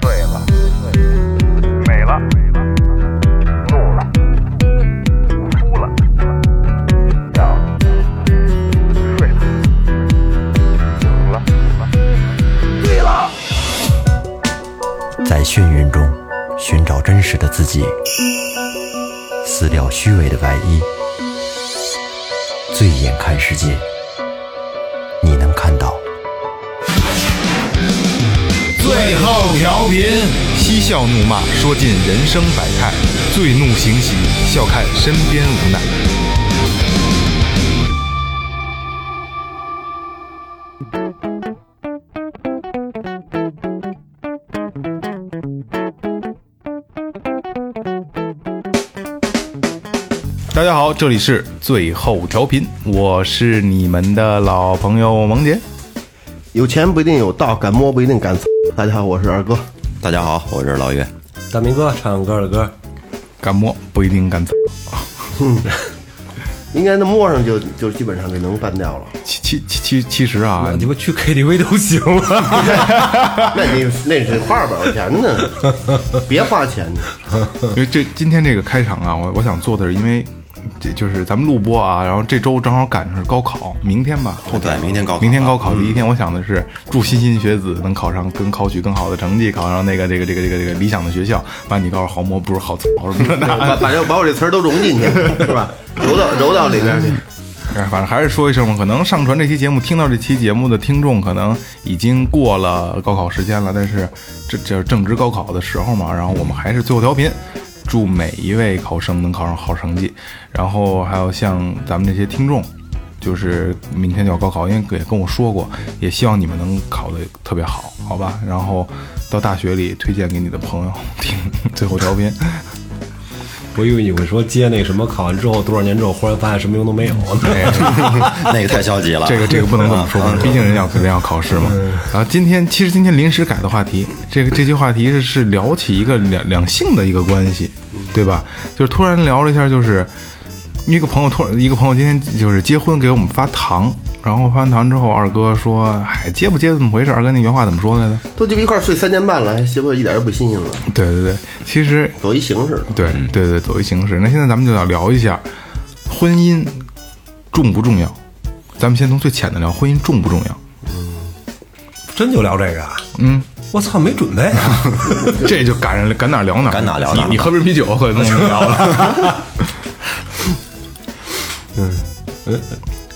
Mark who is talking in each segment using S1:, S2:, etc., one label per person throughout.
S1: 醉了，美了，怒了，哭了，笑了，睡了，醒了，醉了。
S2: 在眩晕中寻找真实的自己，撕掉虚伪的外衣，醉眼看世界，你能看到。
S3: 最后调频，
S4: 嬉笑怒骂，说尽人生百态；醉怒行喜，笑看身边无奈。大家好，这里是最后调频，我是你们的老朋友萌姐。
S5: 有钱不一定有道，敢摸不一定敢 操。大家好，我是二哥。
S6: 大家好，我是老岳。
S7: 大明哥唱歌的歌，
S4: 敢摸不一定敢走，
S5: 应该那摸上就就基本上给能办掉 了。
S4: 其其其其其实啊
S7: 我，鸡巴去 KTV 都行了。
S5: 那你那是花不少钱 呢，别花钱呢。
S4: 因为这今天这个开场啊，我我想做的是，因为这就是咱们录播啊，然后这周正好赶上是高考，明天吧，后 天
S6: 对明天高考
S4: 明天高考第一天，我想的是祝欣欣学子能考上更考取更好的成绩，考上那个这个这个这个这个理想的学校。完，你告诉好摸不是好草什么的，
S5: 把把这把我这词儿都融进去，是 吧？揉到揉到里边去。
S4: 哎，反正还是说一声吧。可能上传这期节目，听到这期节目的听众，可能已经过了高考时间了。但是这这正值高考的时候嘛，然后我们还是最后调频，祝每一位考生能考上好成绩。然后还有像咱们这些听众，就是明天就要高考，因为也跟我说过，也希望你们能考得特别好，好吧？然后到大学里推荐给你的朋友听最后调频。
S7: 我以为你会说接那什么，考完之后多少年之后，忽然发现什么用都没有呢。
S6: 那个太 消极了，
S4: 这个这个不能这么 说，毕竟人要肯定要考试嘛。然后今天其实今天临时改的话题，这个这期话题是是聊起一个两两性的一个关系，对吧？就是突然聊了一下，就是一个朋友突然一个朋友今天就是结婚给我们发糖，然后发完糖之后，二哥说：“嗨，结不结怎么回事？”二哥那原话怎么说来着？
S5: 都鸡巴一块儿睡三年半了，还媳妇一点都不新鲜了，
S4: 对对嗯对，其实
S5: 走一形式了。
S4: 对对对，走一形式。那现在咱们就要聊一下婚姻重不重要？咱们先从最浅的聊，婚姻重不重要？
S7: 真就聊这个？嗯，我操，没准备啊。
S4: 这就赶上赶哪儿聊哪儿，
S6: 赶哪儿聊哪儿
S4: 你你喝瓶啤酒可能就聊了。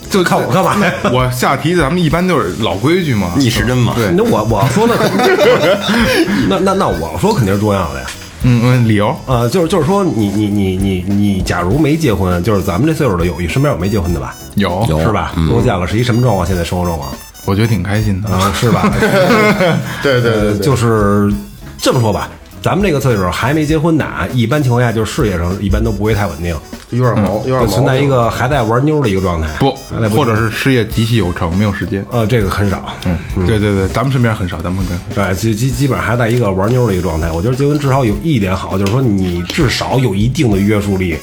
S7: 就看我干嘛呀？
S4: 我下题咱们一般就是老规矩嘛，
S6: 逆时针嘛。
S4: 对
S7: 那我我说那那那那我说肯定是重要的呀。
S4: 嗯嗯，理由
S7: 呃，就是就是说你，你你你你假如没结婚，就是咱们这岁数的有一身边有没结婚的吧？
S4: 有
S7: 是吧？跟我讲讲是一什么状况？现在生活状况
S4: 我觉得挺开心的。
S7: 啊，是吧？
S5: 对对
S7: 呃，就是这么说吧，咱们这个岁数还没结婚的，啊，一般情况下就是事业上一般都不会太稳定，嗯
S5: 对，有点毛，有点毛
S7: 就
S5: 病。
S7: 存在一个还在玩妞的一个状态。
S4: 不
S7: 还在，
S4: 或者是事业极其有成，没有时间。
S7: 呃，这个很少。嗯，
S4: 对对对，咱们身边很少，咱们跟
S7: 对，基基基本上还在一个玩妞的一个状态。我觉得结婚至少有一点好，就是说你至少有一定的约束力，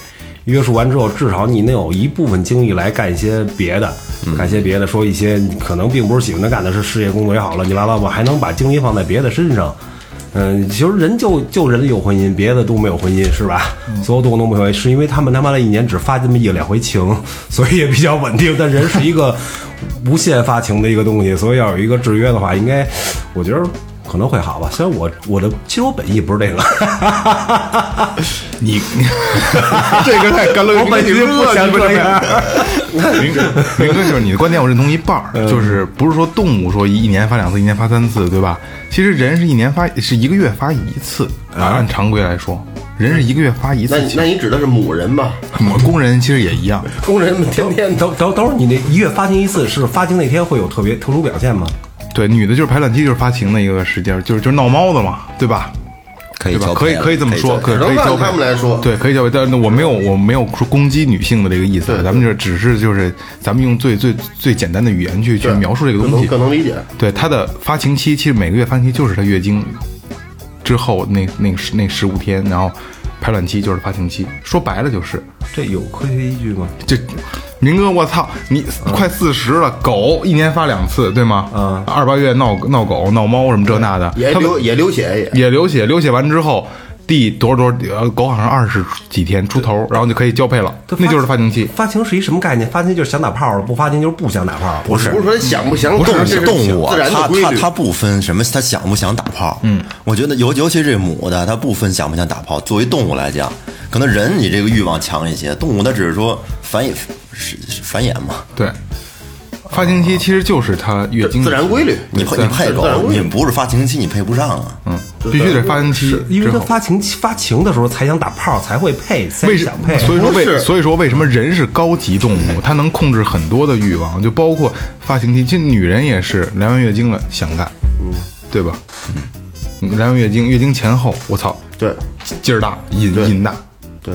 S7: 约束完之后，至少你能有一部分精力来干一些别的，
S4: 嗯
S7: 干一些别的，说一些你可能并不是喜欢的干的是事业工作也好，乱七八糟吧，还能把精力放在别的身上。嗯，其实人就就人有婚姻，别的都没有婚姻，是吧？
S4: 嗯
S7: 所有动物都没有婚姻，是因为他们他妈的一年只发这么一两回情，所以也比较稳定。但人是一个无限发情的一个东西，所以要有一个制约的话，应该我觉得可能会好吧。虽然我我的其实我本意不是这个，
S4: 你， 这个太干了，
S7: 我本
S4: 直
S7: 意
S4: 接
S7: 不想这 样。
S4: 明哥，明哥就是你的观点，我认同一半儿，就是不是说动物说一一年发两次，一年发三次，对吧？其实人是一年发是一个月发一次，啊，按常规来说，人是一个月发一
S5: 那
S4: 次
S5: 你
S4: 情。
S5: 那你指的是母人吧？
S4: 我们 工人其实也一样，
S5: 工人们天天
S7: 等等等会儿，你那一月发情一次，是发情那天会有特别特殊表现吗？
S4: 对，女的就是排卵期就是发情的一个时间，就是就是闹猫的嘛，对吧？
S6: 可以
S4: 对吧？
S6: 交配
S4: 可以
S6: 了
S4: 可以这么说，
S6: 可
S4: 可
S6: 以
S4: 以可以
S5: 交配
S4: 交
S5: 只能按
S4: 配。
S5: 他们来说
S4: 对，可以交配，但是我没有我没有说攻击女性的这个意思，咱们这只是就是咱们用最最最简单的语言去去
S5: 对
S4: 描述这个
S5: 可
S4: 东
S5: 能
S4: 西
S5: 可。能理解。
S4: 对，它的发情期其实每个月发情期就是它月经之后那那十那十五天，然后排卵期就是发情期。说白了就是
S7: 这有科学依据吗？
S4: 这明哥，我操，你快四十了，狗一年发两次，对吗？
S7: 嗯
S4: 二八月闹闹狗、闹猫什么这那的，
S5: 也
S4: 他们
S5: 流也流血也。
S4: 也流血，流血完之后，第多少多少呃狗好像二十几天出头，然后就可以交配了，
S7: 都发
S4: 那就是发情期。
S7: 发情是一什么概念？发情就是想打炮了，不发情就是不想打炮了。不
S5: 不是说想不想
S6: 动
S5: 打这是
S6: 动物啊
S5: 自然的
S6: 它
S5: 规
S6: 它
S5: 律。
S6: 它不分什么，它想不想打炮。嗯，我觉得尤尤其这母的，它不分想不想打炮。作为动物来讲，可能人你这个欲望强一些，动物它只是说繁衍是是繁衍嘛。
S4: 对，发情期其实就是它月经
S5: 自然规律
S6: 你配你配
S5: 自然
S6: 狗，
S5: 规律
S6: 你不是发情期，你配不上啊。嗯，
S4: 必须得发情期
S7: 是因为
S4: 之
S7: 他
S4: 后。
S7: 发情期发情的时候才想打炮，才会配，才
S4: 为什
S7: 想配。
S4: 所以说
S5: 不
S4: 为
S5: 是
S4: 所以说为什么人是高级动物？它能控制很多的欲望，就包括发情期。其实女人也是来完月经了想干，对吧？嗯，来完月经，月经前后，我操，
S5: 对，
S4: 劲儿大，瘾
S5: 对
S4: 瘾大，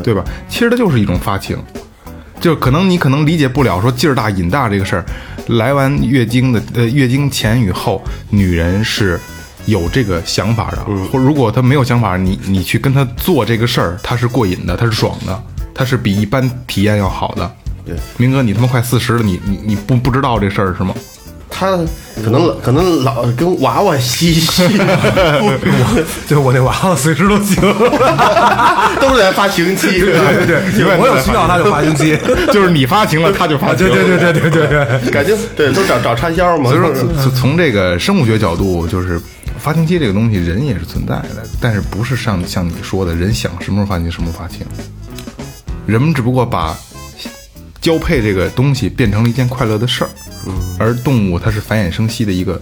S5: 对
S4: 吧？其实它就是一种发情，就是可能你可能理解不了说劲儿大瘾大这个事儿。来完月经的呃月经前与后，女人是有这个想法的，啊
S7: 嗯
S4: 或如果她没有想法，你你去跟她做这个事儿，她是过瘾的，她是爽的，她是比一般体验要好的。
S5: 对，
S4: 明哥，你他妈快四十了，你你你不不知道这事儿 是吗？
S5: 它可能可能老跟娃娃嬉戏，
S7: 对我那娃娃随时都行。
S5: 都是在发情期。
S7: 对对，我有需要他就发情 期。啊
S4: 就是你发情了，她就发情
S7: 对
S4: 了。
S7: 对对对对对对。
S5: 感觉对，都找找插销嘛。
S4: 所以说，
S5: 是
S4: 从从从这个生物学角度，就是发情期这个东西，人也是存在的，但是不是像像你说的，人想什么时候发情什么时候发情，人们只不过把交配这个东西变成了一件快乐的事儿，而动物它是繁衍生息的一个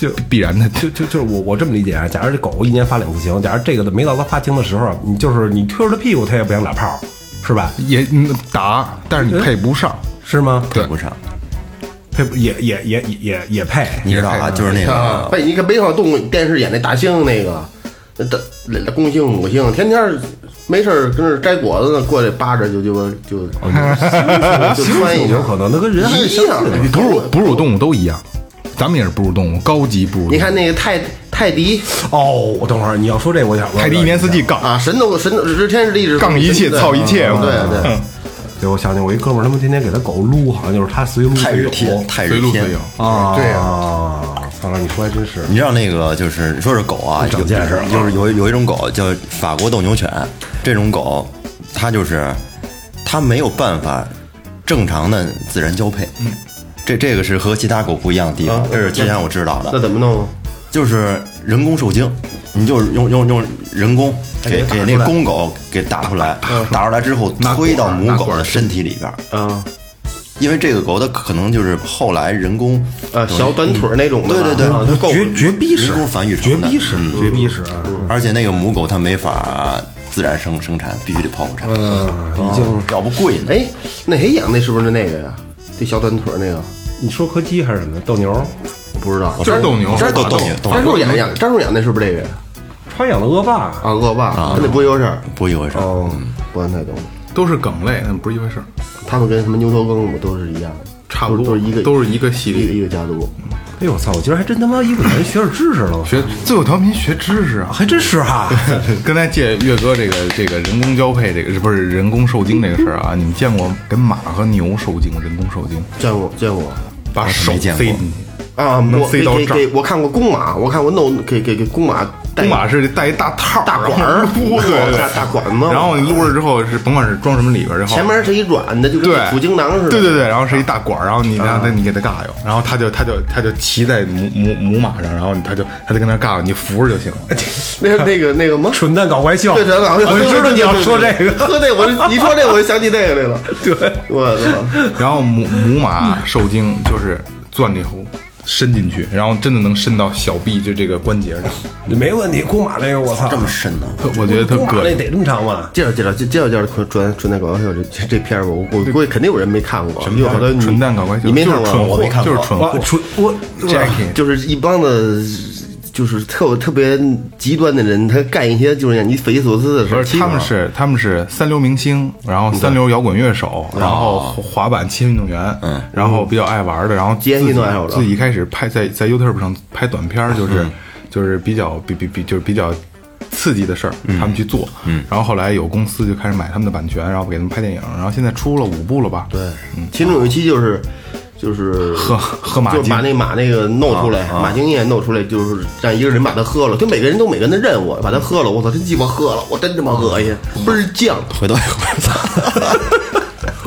S7: 就
S4: 必然的。
S7: 就就就是我我这么理解啊，假如这狗一年发两次情，假如这个没到它发情的时候，你就是你推着它屁股，它也不想打炮，是吧？
S4: 也嗯打，但是你配不上，
S7: 是吗？
S4: 对
S6: 不，上，
S7: 它不也也也也也也配。
S6: 你知道吧？就是那
S5: 啊
S6: 个，
S5: 哎，你看北方动物电视演那大猩那个，那大公猩母猩，天天儿没事儿跟那儿摘果子呢，过来扒着就就就就就穿一下
S7: 有可能那跟人还是
S5: 一
S7: 相
S5: 样
S7: 似的。
S4: 哺乳哺乳动物都一样，咱们也是哺乳动物，高级哺乳动
S5: 你
S4: 物。
S5: 看那个泰泰迪
S7: 哦，我等会儿你要说这，我想
S4: 泰迪一年四季杠，
S5: 啊，神斗神斗知天知地知
S4: 杠一切
S5: 对
S4: 操一切
S5: 对对，
S7: 对，我想起我一哥们儿，他们天天给他狗撸，好像就是他随撸
S6: 太
S7: 随
S6: 日
S7: 狗
S6: 天，太
S4: 随
S6: 日
S4: 路
S6: 天
S4: 随。有。
S7: 啊。
S5: 对
S7: 啊，操了，你说还真是。
S6: 你知道那个就是说是狗啊，
S7: 长
S6: 有
S7: 见识了
S6: 就是有有一种狗叫法国斗牛犬，这种狗它就是它没有办法正常的自然交配，嗯，这这个是和其他狗不一样的地方
S5: 啊，
S6: 这是之前我知道
S5: 那
S6: 的，
S5: 怎么弄？
S6: 就是人工受精，你就是用用用人工给给那公狗给打出来，打出来之后推到母嗯狗的身体里边儿，
S5: 啊
S6: 因为这个狗它可能就是后来人工
S5: 啊，小短腿儿那种的吧，
S6: 对对对
S5: 啊就够
S7: 绝绝逼
S6: 人
S7: 是
S6: 工繁育
S7: 绝
S6: 成的
S7: 逼是绝逼是，嗯
S6: 而且那个母狗它没法自然生生产，必须得剖腹产，
S7: 呃已经
S6: 哦要不贵呢。
S5: 哎，那谁养那是不是那个呀？这小短腿儿那个，
S7: 你说柯基还是什么斗牛？
S5: 我不知道。
S4: 这斗牛，
S6: 这斗斗
S5: 张
S6: 牛
S5: 树养养张树养那是不是这个呀？
S7: 他养的恶霸，
S5: 啊，恶霸，跟那不一回事儿。
S6: 不一回事
S4: 嗯
S6: 儿。
S5: 哦，不太懂。
S4: 都是梗类，那不是一回事儿。
S5: 他们跟什么牛头梗母都是一样的，
S4: 差不多
S5: 都是一个
S4: 都是一个系列
S5: 一个一个家族。
S7: 哎呦我操！我今儿还真他妈一不小心学点知识了，我
S4: 学最后调频学知识啊！
S7: 还真是哈。
S4: 刚才借岳哥这个这个人工交配这个不是人工受精这个事儿 啊，你们见过给马和牛受精人工受精，
S5: 见过见过
S4: 把手
S6: 没见
S4: 塞
S6: 过
S4: 进去？
S5: 啊，
S4: 能
S5: 我
S4: 塞
S5: 给
S4: 到
S5: 给
S4: 这儿
S5: 给我看过公马，我看过弄给给给公马带
S4: 公马是带一大套儿
S5: 大管儿， 哦
S4: 对对
S5: 大大管子，
S4: 然后你撸了之后是甭管是装什么里边儿，然后
S5: 前面是一软的，就跟
S4: 对
S5: 土精囊啊似的。
S4: 对对对，然后是一大管儿，然后你让他你给他尬悠，然后他就他就他就骑在母母母马上，然后他就他就跟那儿尬悠，你扶着就行了。
S5: 那那个那个什么。
S7: 蠢蛋搞怪
S4: 哦
S7: 笑，
S5: 对，陈老师，
S7: 我就知道你要说这
S5: 对对对
S7: 个。
S5: 对对，我 就一说这我就想起这个来了。对，我操，
S4: 然后母母马受精就是钻里头伸进去，然后真的能伸到小臂就这个关节上，
S7: 没问题，公马那个我操，
S6: 这么深呢？
S4: 特我觉得特
S7: 公马
S4: 膈
S7: 那
S4: 应。
S7: 得这么长吗？
S5: 介绍介绍介绍介绍纯纯纯蛋搞笑这这这片儿，我我估计肯定有人没看过。什
S4: 么叫
S5: 好多
S4: 纯蛋搞怪秀
S5: 你没
S4: 就是
S5: 看过？
S4: 蠢
S6: 我没看过
S4: 就是蠢
S7: 我
S4: 货
S7: 蠢，我
S4: Jackie
S5: 就是一帮的，就是特特别极端的人，他干一些就是让你匪夷所思的事
S4: 不
S5: 儿。
S4: 是，他们是他们是三流明星，然后三流摇滚乐手，然后滑板、骑行运动员，啊嗯，然后比较爱玩的，然后自己
S5: 街运动爱好者
S4: 自己嗯开始拍在在 YouTube 上拍短片儿，就是就是比较比比比就是比较。刺激的事儿，他们去做。嗯，然后后来有公司就开始买他们的版权，然后给他们拍电影，然后现在出了五部了 吧？对，
S5: 其中有一期就是就是
S4: 喝喝马
S5: 就是
S4: 精
S5: 把那马那个弄出来，马精液弄出来，就是让一个人把它喝了。就每个人都有每个人的任务，把它喝了，我操，真鸡巴喝了，我真他妈恶心，倍儿犟。
S6: 回头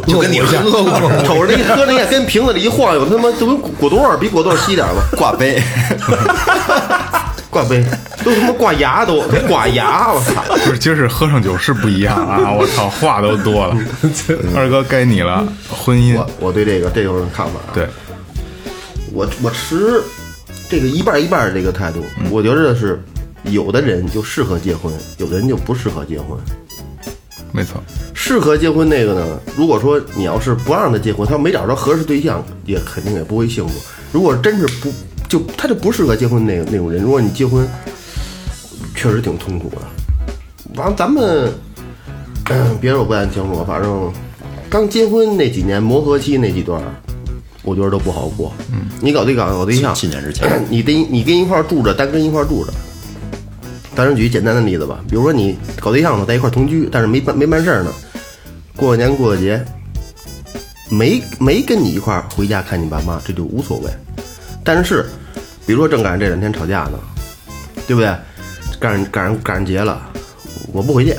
S5: 就跟你喝过，瞅着那喝那个跟瓶子里一晃悠，他妈就跟果冻儿比果冻儿稀点儿吧，
S6: 挂杯，
S5: 挂杯都他妈挂牙都挂牙，我操！
S4: 不是，今儿是喝上酒是不一样 啊！我操，话都多 了。二哥该你了，婚姻
S5: 我我对这个这有看法啊，
S4: 对，
S5: 我我持这个一半儿一半儿这个态度，我觉得是有的人就适合结婚，有的人就不适合结婚。
S4: 没错，
S5: 适合结婚那个呢，如果说你要是不让他结婚，他没找着合适对象，也肯定也不会幸福。如果真是不就他就不适合结婚那个那种人，如果你结婚，确实挺痛苦的。完，咱们， 嗯别人我不太清楚，反正刚结婚那几年磨合期那几段儿，我觉得都不好过。嗯，你搞对搞搞对象，
S6: 七年之前
S5: 你跟你跟一块儿住着，单跟一块儿住着。当然，举简单的例子吧，比如说你搞对象呢，在一块儿同居，但是没办没办事儿呢，过个年过个节，没没跟你一块儿回家看你爸妈，这就无所谓。但是，比如说正赶上这两天吵架呢，对不对？赶上赶上赶上节了，我不回去，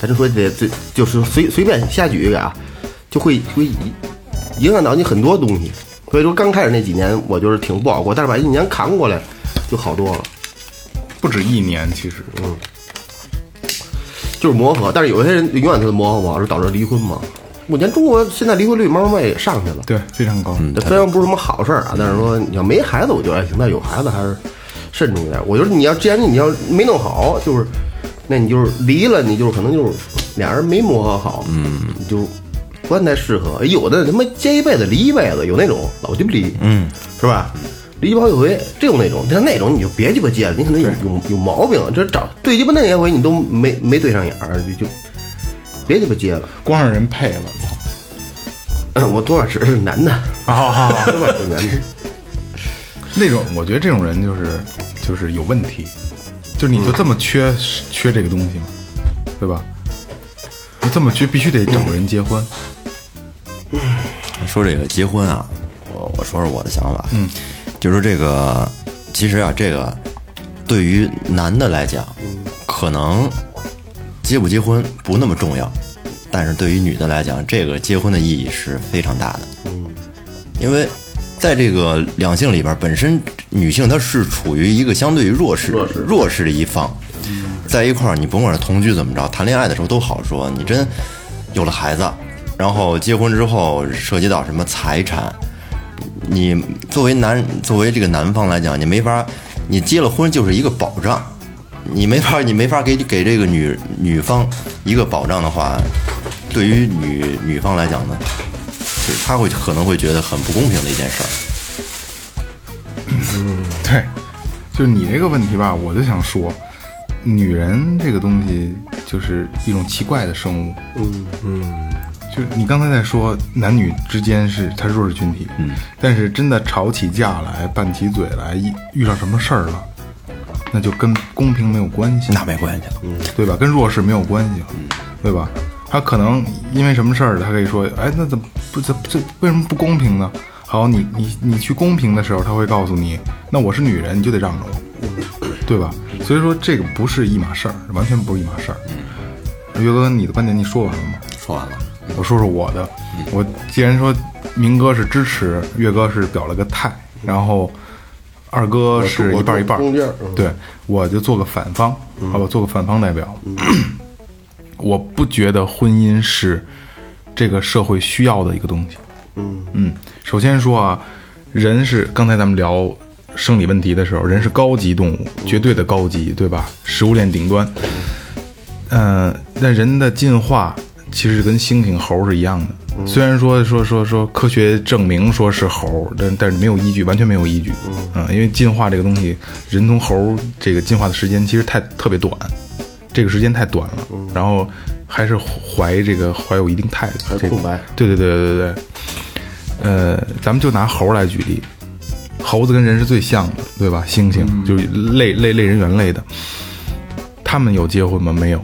S5: 咱就说这这就是随随便瞎举一个啊，就会会影响到你很多东西。所以说刚开始那几年我就是挺不好过，但是把一年扛过来就好多了。
S4: 不止一年，其实
S5: 就是磨合，但是有些人永远他磨合不好，就导致离婚嘛。目前中国现在离婚率慢慢慢也上去了，
S4: 对非常高。
S5: 这虽然不是什么好事儿啊，但是说你要没孩子，我觉得还行；但有孩子还是慎重一点。我觉得你要既然你要没弄好，就是那你就是离了，你就是可能就是俩人没磨合好，嗯，你就不太适合。有的他妈结一辈子离一辈子，有那种老鸡巴离，嗯，是吧？离不好几回，这种那种，但那种你就别鸡巴结了，你可能有有有毛病，这找对鸡巴那些回你都没没对上眼儿，就就别鸡巴结了。
S4: 光让人配了，操！
S5: 我多少只是男的，
S4: 啊，
S5: 多少是男的。
S4: 那种我觉得这种人就是就是有问题，就是你就这么缺、缺这个东西吗？对吧？你这么缺，必须得找人结婚。
S6: 说这个结婚啊，我我说说我的想法，嗯，就是这个，其实啊，这个对于男的来讲，可能结不结婚不那么重要，但是对于女的来讲，这个结婚的意义是非常大的，嗯，因为在这个两性里边，本身女性她是处于一个相对于弱势弱势嗯的一方，在一块儿，你甭管是同居怎么着，谈恋爱的时候都好说。你真有了孩子，然后结婚之后涉及到什么财产，你作为男作为这个男方来讲，你没法，你结了婚就是一个保障，你没法你没法给给这个女女方一个保障的话，对于女女方来讲呢，就是她会可能会觉得很不公平的一件事儿。
S4: 对，就是你这个问题吧，我就想说，女人这个东西就是一种奇怪的生物。嗯嗯，就是你刚才在说男女之间是它是弱势群体，嗯，但是真的吵起架来、拌起嘴来，一遇上什么事儿了，那就跟公平没有关系。
S6: 那没关系，
S4: 对吧？跟弱势没有关系，啊对吧？他可能因为什么事儿，他可以说，哎，那怎么不怎这为什么不公平呢？好，你你你去公平的时候，他会告诉你，那我是女人，你就得让着我，对吧？所以说这个不是一码事儿，完全不是一码事儿。岳哥，你的观点你说完了吗？
S6: 说完了，
S4: 我说说我的，我既然说明哥是支持，岳哥是表了个态，然后二哥是一半儿一半儿，
S5: 中间儿嗯
S4: 对，我就做个反方，好吧，做个反方代表。 我不觉得婚姻是这个社会需要的一个东西。嗯首先说啊，人是刚才咱们聊生理问题的时候，人是高级动物，绝对的高级，对吧？食物链顶端。嗯，但人的进化其实跟猩猩、猴是一样的。虽然说说说说科学证明说是猴，但但是没有依据，完全没有依据。嗯，因为进化这个东西，人从猴这个进化的时间其实太特别短，这个时间太短了。然后还是怀这个怀有一定态度，这个
S5: 空白
S4: 对对对对对对。呃，咱们就拿猴来举例，猴子跟人是最像的，对吧？猩猩就是类类类人猿类的，他们有结婚吗？没有，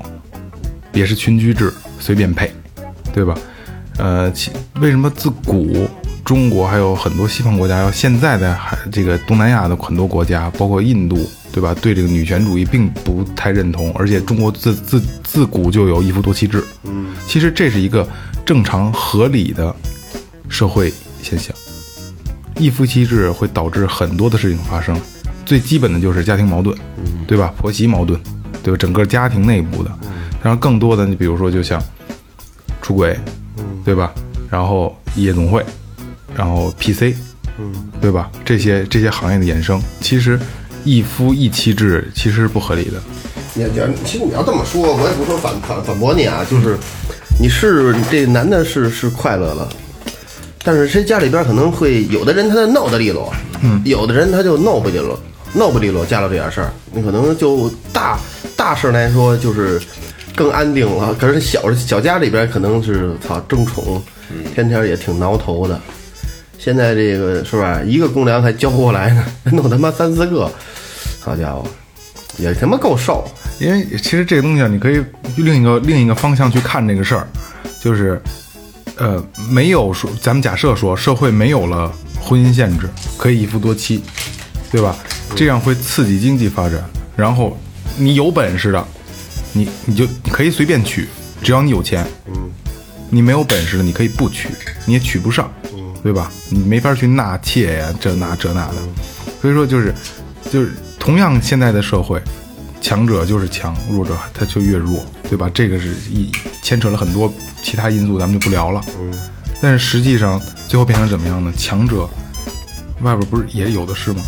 S4: 也是群居制，随便配，对吧？呃，其为什么自古中国还有很多西方国家，要现在的还这个东南亚的很多国家，包括印度，对吧？对这个女权主义并不太认同，而且中国自自自古就有一夫多妻制，嗯，其实这是一个正常合理的社会现象。一夫妻制会导致很多的事情发生，最基本的就是家庭矛盾，对吧？婆媳矛盾，对吧？整个家庭内部的，然后更多的，你比如说就像出轨，对吧？然后夜总会，然后 PC，对吧？这些这些行业的衍生，其实一夫一妻制其实是不合理的，
S5: 你要其实你要这么说，我也不是说反反反驳你啊，就是你是这男的是是快乐了，但是谁家里边可能会有的人他就闹得利落，嗯，有的人他就闹不利落，闹不利落，家里这点事儿，你可能就大大事来说就是更安定了，可是小小家里边可能是操争宠，天天也挺挠头的。现在这个是吧？一个公粮还交不过来呢， 弄他妈三四个，好家伙，也他妈够受。
S4: 因为其实这个东西啊，你可以另一个另一个方向去看这个事儿，就是，呃，没有说，咱们假设说社会没有了婚姻限制，可以一夫多妻，对吧？这样会刺激经济发展。然后你有本事的，你你就你可以随便娶，只要你有钱。你没有本事的，你可以不娶，你也娶不上，对吧？你没法去纳妾呀，这那这那的。所以说就是，就是同样现在的社会，强者就是强，弱者他就越弱，对吧？这个是一牵扯了很多其他因素，咱们就不聊了。但是实际上最后变成怎么样呢？强者外边不是也有的是吗？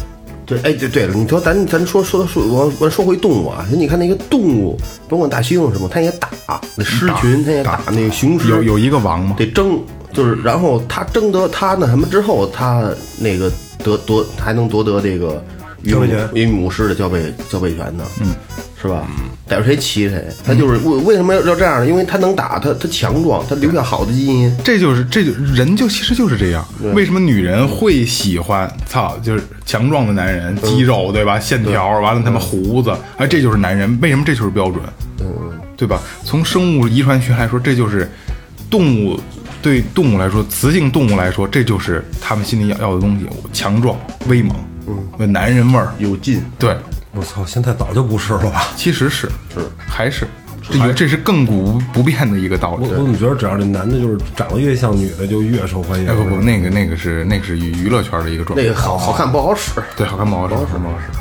S5: 对，哎，对对了，你说咱咱说说说，我我说回动物啊，你看那个动物，甭管大猩猩什么，它也打那狮群，它也嗯打嗯那个雄狮，
S4: 有有一个王吗？
S5: 得争，就是然后它争得它那什么之后，它那个得夺还能夺得这个与母与母狮的交配交配权呢，嗯，是吧？逮着谁骑谁，它就是为为什么要要这样呢？因为它能打，它它强壮，它留下好的基因。
S4: 这就是这就人就其实就是这样。为什么女人会喜欢操就是强壮的男人，肌肉嗯对吧？线条完了他妈胡子，哎，这就是男人。为什么这就是标准？对吧？从生物遗传学来说，这就是动物对动物来说，雌性动物来说，这就是他们心里要要的东西：强壮、威猛，嗯，男人味儿，有劲。对，
S7: 我操，现在早就不是了吧？
S4: 其实是是还是这有这是亘古不变的一个道理
S7: 我。我怎么觉得只要这男的就是长得越像女的，就越受欢迎
S4: 哎？不不，那个那个是那个是娱娱乐圈的一个状态
S5: 那，个好好看不好使，
S4: 对，好看不好使，好看不好使。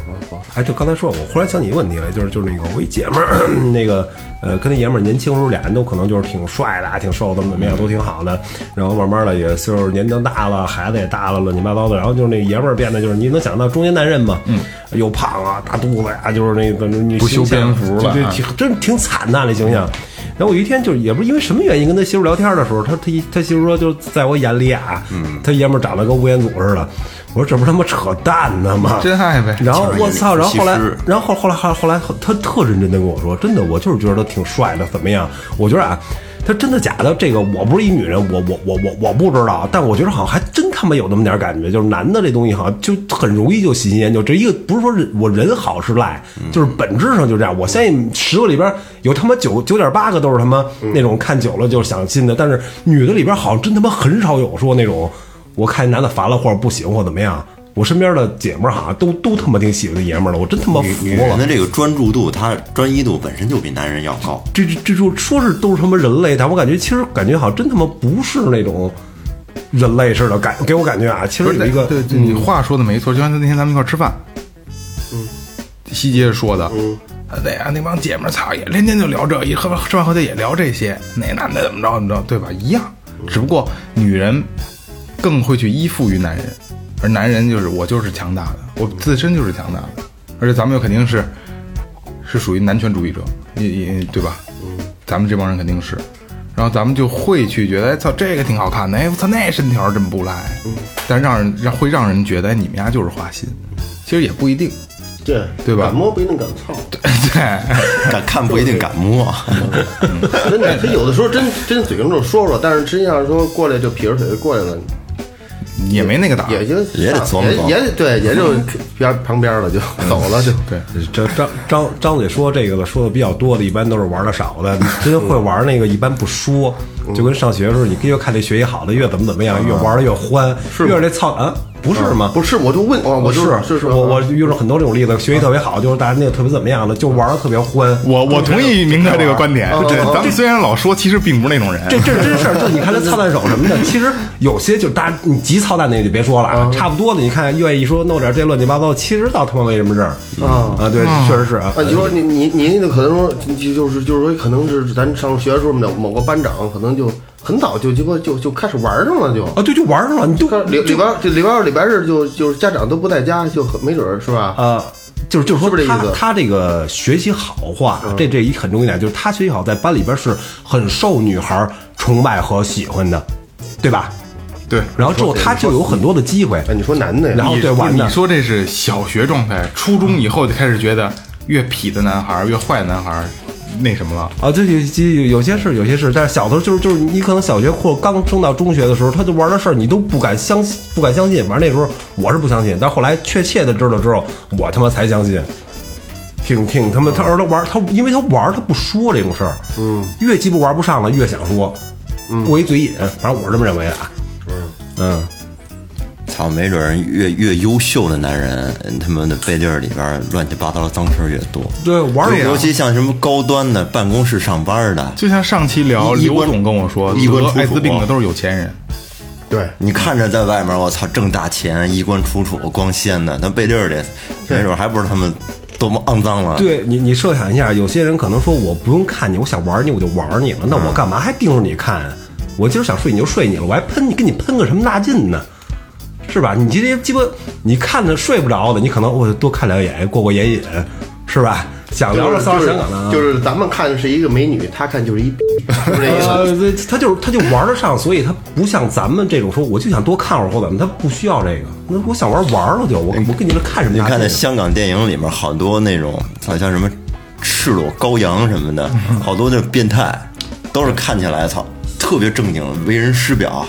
S7: 哎，就刚才说，我忽然想起一个问题来，就是就是那个我一姐们儿， 那个呃，跟那爷们儿年轻时候俩人都可能就是挺帅的啊，挺瘦的，怎么怎么样都挺好的。然后慢慢的也岁数年龄大了，孩子也大了，乱七八糟的。然后就是那爷们儿变得就是你能想到中年男人嘛，嗯，又胖啊，大肚子呀、就是那个你
S4: 不修
S7: 形象
S4: 边幅了
S7: 对
S4: 啊
S7: 对，挺真挺惨的那形象。然后我有一天就是也不是因为什么原因跟他媳妇聊天的时候，他他他媳妇说就在我眼里啊，
S4: 嗯
S7: 他爷们儿长得跟吴彦祖似的。我说这不是他妈扯淡呢吗？
S4: 真爱呗
S7: 然后我操，然后后来
S6: 其实，
S7: 然后后后来后来后来他特认真的跟我说，真的，我就是觉得他挺帅的，怎么样？我觉得啊，他真的假的？这个我不是一女人，我我我我我不知道，啊但我觉得好像还真他妈有那么点感觉，就是男的这东西好像就很容易就喜新厌旧，这一个不是说人我人好是赖，
S6: 嗯
S7: 就是本质上就这样。我相信十个里边有他妈九九点八个都是他妈
S6: 嗯
S7: 那种看久了就想新的，但是女的里边好像真他妈很少有说那种。我看男的烦了或者不喜欢或怎么样，我身边的姐们儿好像都都他妈挺喜欢这爷们儿的，我真他妈服
S6: 女人
S7: 了
S6: 的。这个专注度，她专一度本身就比男人要 高。
S7: 这这这说说是都是他妈人类，但我感觉其实感觉好像真他妈不是那种人类似的感，给我感觉啊，其实有一个
S4: 对，对你话说的没错，就像那天咱们一块儿吃饭，嗯，西杰说的，嗯，对呀，那帮姐们儿操也天天就聊这，一喝吃完喝酒也聊这些，那男的怎么着怎么着，对吧？一样，只不过女人更会去依附于男人，而男人就是我就是强大的，我自身就是强大的，而且咱们又肯定是是属于男权主义者，也也对吧？咱们这帮人肯定是。然后咱们就会去觉得，哎操，这个挺好看的，哎我操，那身条真不赖。但让人让会让人觉得，哎，你们家就是花心，其实也不一定，
S5: 对
S4: 对吧
S5: 敢摸不一定敢操，
S4: 对，
S6: 敢看不一定敢摸，
S5: 真的，他有的时候真真嘴上就说说，但是实际上说过来就撇着腿就过来了。
S4: 也没那个胆儿，
S5: 也就
S6: 也得琢磨琢磨
S5: 也也得对，也就边旁边了，就
S7: 嗯
S5: 走了就。
S4: 对，
S7: 这张张张嘴说这个的说的比较多的，一般都是玩的少的。真会玩那个，一般不说。就跟上学的时候，你越看这学习好的，越怎么怎么样，越玩的越欢，越是这操啊，不是吗？
S5: 不是，我就问，哦我我
S7: 我
S5: 就是就是
S7: 哦我我遇到很多这种例子，学习特别好，就是大家那个特别怎么样的，就玩的特别欢。
S4: 我我同意明哥这个观点，这咱们虽然老说，其实并不是那种人。
S7: 这这是真事儿，就你看他操蛋手什么的，其实有些就是大家你极操蛋那个就别说了
S5: 嗯
S7: 啊，差不多的，你看愿意说弄点这乱七八糟，其实倒他妈没什么事儿啊啊，对，确实是啊
S5: 嗯啊，你说你你你那可能说就就是就是说，可能是咱上学的时候的某个班长，可能就很早就就就就开始玩上了，就。
S7: 啊，对，就玩上了，你就
S5: 礼礼拜这礼拜二、礼拜日就就是家长都不在家，就很没准儿是吧？
S7: 呃，就是就是说
S5: 是不是这
S7: 他
S5: 意思嗯
S7: 他这个学习好话，这这一很重要一点，就是他学习好，在班里边是很受女孩崇拜和喜欢的，对吧？
S4: 对，
S7: 然后之后他就有很多的机会，
S5: 哎，你说男的
S7: 然
S5: 呀，
S7: 后
S4: 你
S7: 哦对
S4: 不是
S7: 玩的
S4: 你说这是小学状态，初中以后就开始觉得越痞的男孩儿、越坏的男孩儿那什么了。
S7: 啊，对，有有有些是有些是，但是小的时候就是就是你可能小学或者刚升到中学的时候，他就玩的事儿你都不敢相信，不敢相信。反正那时候我是不相信，但后来确切的知道之后，我他妈才相信。挺挺他妈，他儿子玩他，因为他玩他不说这种事儿，嗯，越鸡巴玩不上了越想说，过一嘴瘾，反正我是这么认为的啊，嗯
S6: 操，没准儿越越优秀的男人，他们的背地儿里边儿乱七八糟的脏事儿越多。
S7: 对，玩
S4: 啊
S7: 儿
S6: 尤尤
S7: 游戏
S6: 其像什么高端的办公室上班的，
S4: 就像上期聊
S6: 一一
S4: 刘
S6: 关
S4: 总跟我说，
S6: 一关
S4: 得
S6: 楚楚
S4: 艾滋病的都是有钱人。
S5: 对，
S6: 你看着在外面，我操，挣大钱，衣冠楚楚，光鲜的，那背地儿里，没准还不是他们多么肮脏了。，
S7: 对你，你设想一下，有些人可能说我不用看你，我想玩你我就玩你了，那我干嘛还盯着你看啊？我今儿想睡你就睡你了，我还喷你，跟你喷个什么大劲呢？是吧？你这些鸡巴，你看着睡不着的，你可能我多看两眼，过过眼瘾，是吧？想聊
S5: 就
S7: 聊
S5: 是
S7: 骚
S5: 就
S7: 扰
S5: 是
S7: 香港的啊，
S5: 就是咱们看是一个美女，他看就是 一，是不是这意思？
S7: 呃，对他就是他就玩得上，所以他不像咱们这种说我就想多看会儿或怎么，他不需要这个。那我想玩玩了就，我
S5: 哎
S7: 我跟你们看什么
S6: 你
S7: 大劲呢？
S6: 看那香港电影里面好多那种，好像什么赤裸羔羊什么的，
S4: 嗯
S6: 好多那变态，都是看起来操特别正经，为人师 表，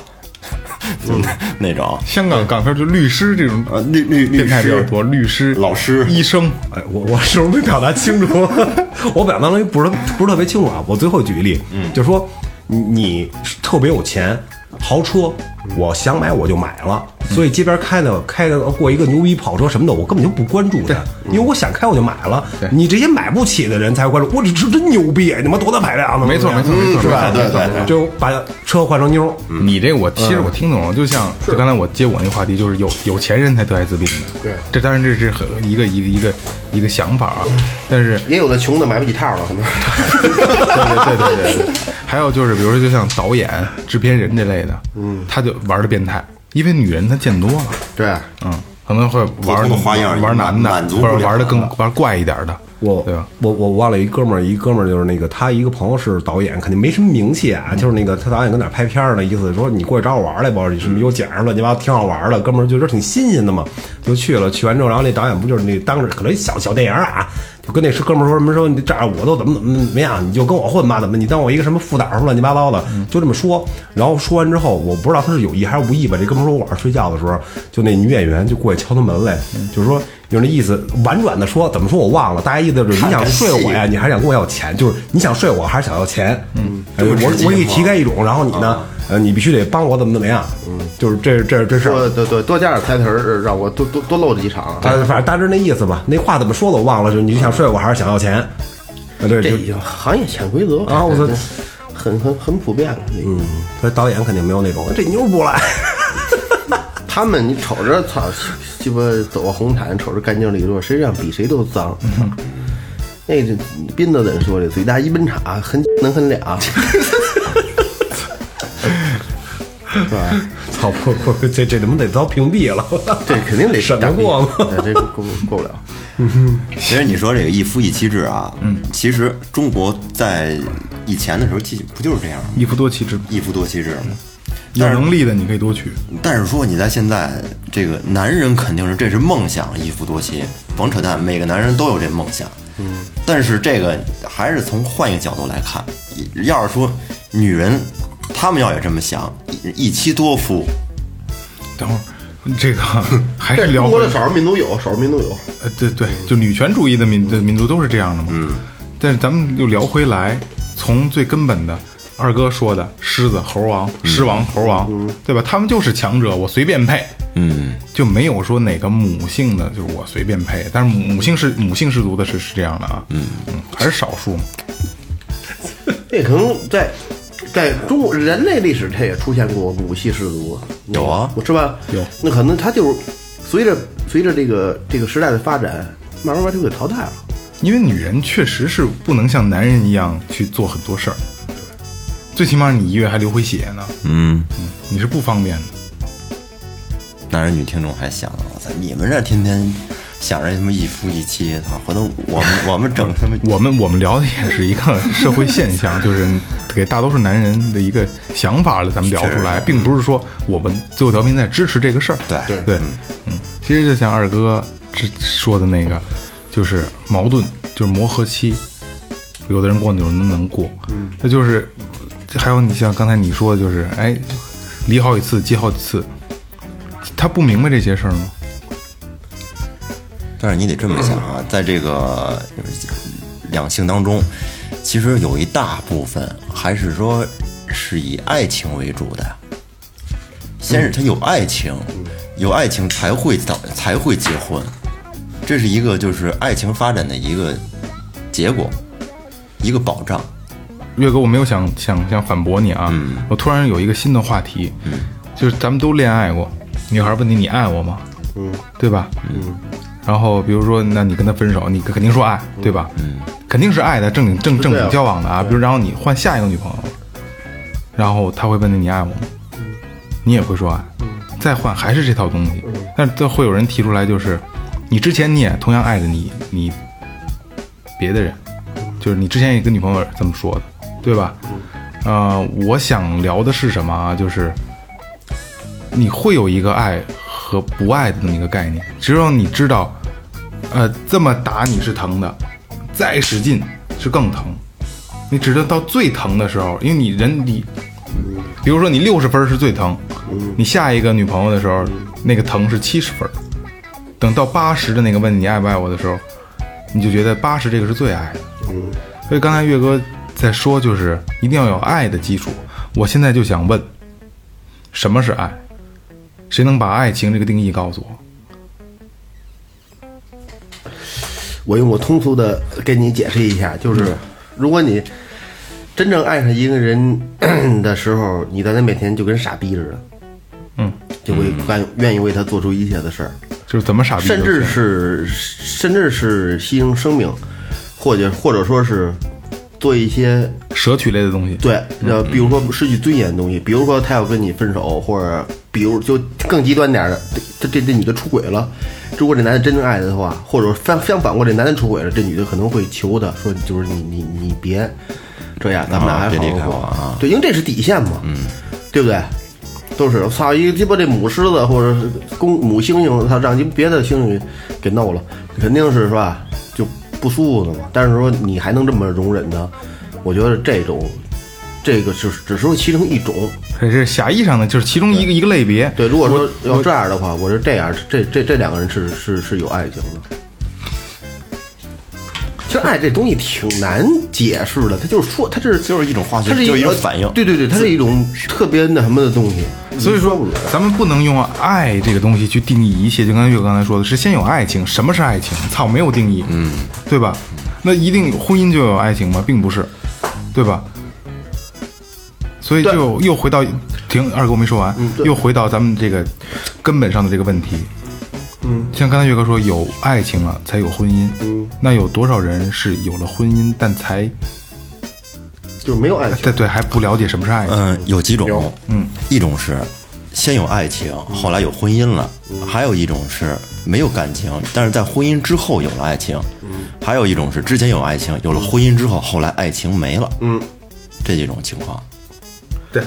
S6: 就那那种。
S4: 香港港片就律师这种
S6: 呃，律律律
S4: 变态比较
S6: 师
S4: 多，律师、
S6: 老师
S4: 医生。
S7: 哎，我 我是不是没表达清楚？ 我表达了不是不是特别清楚啊。我最后举个例，嗯，就说你你特别有钱，豪车，
S4: 嗯
S7: 我想买我就买了，所以街边开的开的过一个牛逼跑车什么的，我根本就不关注的，
S4: 嗯
S7: 因为我想开我就买了。你这些买不起的人才会关注，我这车真牛逼，你妈多大排量啊
S6: 嗯
S7: 呢？
S4: 没错，没错，没错，
S7: 是吧？
S4: 没错
S7: 对对，就把车换成妞儿，嗯
S6: 嗯
S4: 你这我其实我听懂了，就像就刚才我接我那话题，就是有有钱人才得艾滋病的。
S5: 对
S4: 这当然这是很一个一个一个一个想法啊，
S6: 嗯
S4: 但是
S5: 也有的穷的买不起套了，可能。
S4: 对对对对对。还有就是，比如说，就像导演、制片人这类的，嗯，他就玩的变态，因为女人她见多了，
S5: 对，
S4: 嗯，可能会
S6: 普
S4: 玩
S6: 通的花样
S4: 玩男的，
S6: 满足
S4: 或
S6: 不了
S4: 者玩的更玩怪一点的，
S7: 我
S4: 对吧？
S7: 我我忘了一哥们儿，一哥们儿就是那个他一个朋友是导演，肯定没什么名气啊，就是那个他导演跟哪儿拍片儿呢，意思说你过去找我玩儿来吧，什么有奖儿乱七八糟，挺好玩儿的。哥们儿就觉得挺新鲜的嘛，就去了。去完之后，然后那导演不就是那当时可能小小电影儿啊，就跟那哥们儿说什么说你这样我都怎么怎么怎么样，你就跟我混吧，怎么你当我一个什么副导什么乱七八糟的，就这么说。然后说完之后，我不知道他是有意还是无意吧。这哥们儿说晚上睡觉的时候，就那女演员就过去敲他门来，就是说就是那意思，婉转的说怎么说我忘了，大概意思就是你想睡我呀，你还是想跟我要钱，就是你想睡我还是想要钱，嗯，我我给
S5: 啊
S7: 你提开一种，然后你呢，呃，你必须得帮我怎么怎么样，嗯，就是这这这事儿。
S5: 多多多多加点台词儿，让我多多多露几场。
S7: 啊，反正大致那意思吧。那话怎么说的我忘了，就是你想睡我还是想要钱？啊，对，
S5: 这
S7: 就
S5: 已经行业潜规则
S7: 啊我操
S5: 很很很普遍了。这个
S7: 所以导演肯定没有那种这妞不来，
S5: 他们你瞅着操鸡巴走个红毯，瞅着干净利落，实际上比谁都脏。那这斌子怎说的？嘴大一本叉，很 能很俩。
S7: 操，不不，这这他妈得遭屏蔽了。
S5: 这肯定得
S7: 审得过吗？
S5: 对这过过不了。
S6: 其实你说这个一夫一妻制啊，嗯，其实中国在以前的时候，其实不就是这样吗？
S4: 一夫多妻制，
S6: 一夫多妻制吗？
S4: 有能力的你可以多娶，
S6: 但是说你在现在这个男人肯定是这是梦想，一夫多妻，甭扯淡，每个男人都有这梦想。嗯，但是这个还是从换一个角度来看，要是说女人，她们要也这么想，一一妻多夫，
S4: 等会儿，这 个还是
S5: 但是
S4: 聊
S5: 中
S4: 回
S5: 国的少数民族有，少数民族有，
S4: 呃，对对，就女权主义的民的民族都是这样的嘛。嗯，但是咱们又聊回来，从最根本的二哥说的狮子、猴王、
S6: 嗯
S4: 狮王、猴王，对吧？他们就是强者，我随便配。嗯，就没有说哪个母性的，就是我随便配。但是母母性是母性氏族的是是这样的啊，嗯嗯，还是少数嘛。
S5: 这可能在在中国人类历史，它也出现过母系氏族，
S6: 有啊
S5: 是吧？
S4: 有
S5: 那可能它就是随着随着这个这个时代的发展，慢慢慢就给淘汰了。
S4: 因为女人确实是不能像男人一样去做很多事儿，最起码你一月还流回血呢，
S6: 嗯，
S4: 你是不方便的。
S6: 男人女听众还想，我操，你们这天天想着什么一夫一妻，操，回头我们我们整他妈
S4: 我们我们聊的也是一个社会现象，就是给大多数男人的一个想法了，咱们聊出来，并不是说我们最后调频在支持这个事儿。
S6: 对对
S4: 对，嗯，其实就像二哥之说的那个，就是矛盾，就是磨合期，有的人过，有的人能过，那就是还有你像刚才你说的，就是哎，离好几次，结好几次，他不明白这些事儿吗？
S6: 但是你得这么想啊，在这个两性当中，其实有一大部分还是说是以爱情为主的。先是他有爱情，有爱情才会早才会结婚，这是一个就是爱情发展的一个结果，一个保障。
S4: 岳哥，我没有想想想反驳你啊，我突然有一个新的话题，就是咱们都恋爱过，女孩问你你爱我吗？嗯，对吧？嗯，然后比如说，那你跟她分手，你肯定说爱，对吧？嗯，肯定是爱的，正经正正经交往的啊。比如，然后你换下一个女朋友，然后她会问你你爱我吗？你也会说爱，再换还是这套东西，但是都会有人提出来，就是你之前你也同样爱着你你别的人，就是你之前也跟女朋友这么说的，对吧？呃，我想聊的是什么啊？就是你会有一个爱和不爱的那么一个概念，只有你知道，呃，这么打你是疼的，再使劲是更疼，你只能到最疼的时候，因为你人你，比如说你六十分是最疼，你下一个女朋友的时候，那个疼是七十分，等到八十的那个问你爱不爱我的时候，你就觉得八十这个是最爱的。
S5: 嗯
S4: 所以刚才岳哥在说，就是一定要有爱的基础。我现在就想问，什么是爱？谁能把爱情这个定义告诉我？
S5: 我用我通俗的给你解释一下，
S4: 嗯
S5: 就是如果你真正爱上一个人 的时候，你在他面前就跟傻逼似的，
S4: 嗯，
S5: 就会干愿意为他做出一切的事儿，
S4: 就是怎么傻逼都行？
S5: 甚至是甚至是牺牲生命，或者或者说是做一些
S4: 舍取类的东西。
S5: 对，呃，比如说失去尊严的东西，比如说他要跟你分手，或者比如就更极端点儿的，这这这女的出轨了，如果这男的真正爱她的话，或者反相反过来，这男的出轨了，这女的可能会求他说，就是你你你别这样，咱们俩还
S6: 啊
S5: 好
S6: 别
S5: 好
S6: 离开
S5: 过
S6: 我啊
S5: 对，因为这是底线嘛，嗯，对不对？都是操一个鸡巴这母狮子或者是公母猩猩，他让一别的猩猩给弄了，肯定是是吧？就不舒服的嘛。但是说你还能这么容忍呢？我觉得这种，这个只只是说其中一种。
S4: 这是狭义上的，就是其中一个一个类别。
S5: 对，如果说
S4: 我
S5: 要这样的话，我是这样，这这这两个人是是是有爱情的。其实爱这东西挺难解释的，它就是说，它是
S6: 就是一种化学
S5: 它是
S6: 就是一种
S5: 个
S6: 反应
S5: 对对对，它是一种特别那什么的东西。
S4: 所以
S5: 你
S4: 说
S5: 不出来，
S4: 咱们不能用爱这个东西去定义一切。就跟岳哥刚才说的，是先有爱情。什么是爱情？操，没有定义，嗯，对吧？那一定婚姻就有爱情吗？并不是，对吧？所以就又回到停，二哥我没说完，
S5: 对
S4: 又回到咱们这个根本上的这个问题。嗯，像刚才岳哥说，有爱情了才有婚姻。嗯，那有多少人是有了婚姻，但才
S5: 就是没有爱情。
S4: 对对还不了解什么是爱情？
S6: 嗯，有嗯几种，嗯，一种是先有爱情，后来有婚姻了；还有一种是没有感情，但是在婚姻之后有了爱情；还有一种是之前有爱情，有了婚姻之后，后来爱情没了。嗯，这几种情况，
S4: 对，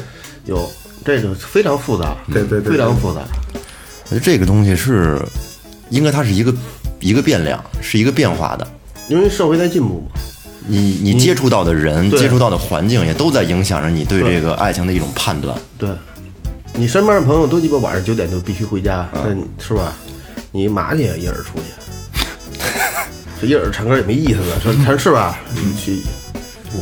S5: 有这个非常复杂，
S4: 对对对对
S5: 非常复杂。
S6: 我觉得这个东西是应该它是一个一个变量，是一个变化的。
S5: 因为社会在进步嘛，
S6: 你你接触到的人、
S5: 对
S6: 接触到的环境也都在影响着你对
S5: 对
S6: 这个爱情的一种判断。
S5: 对，你身边的朋友都鸡巴晚上九点就必须回家，那你是吧？你麻去一人出去， 这一人唱歌也没意思了， 说他是吧？你去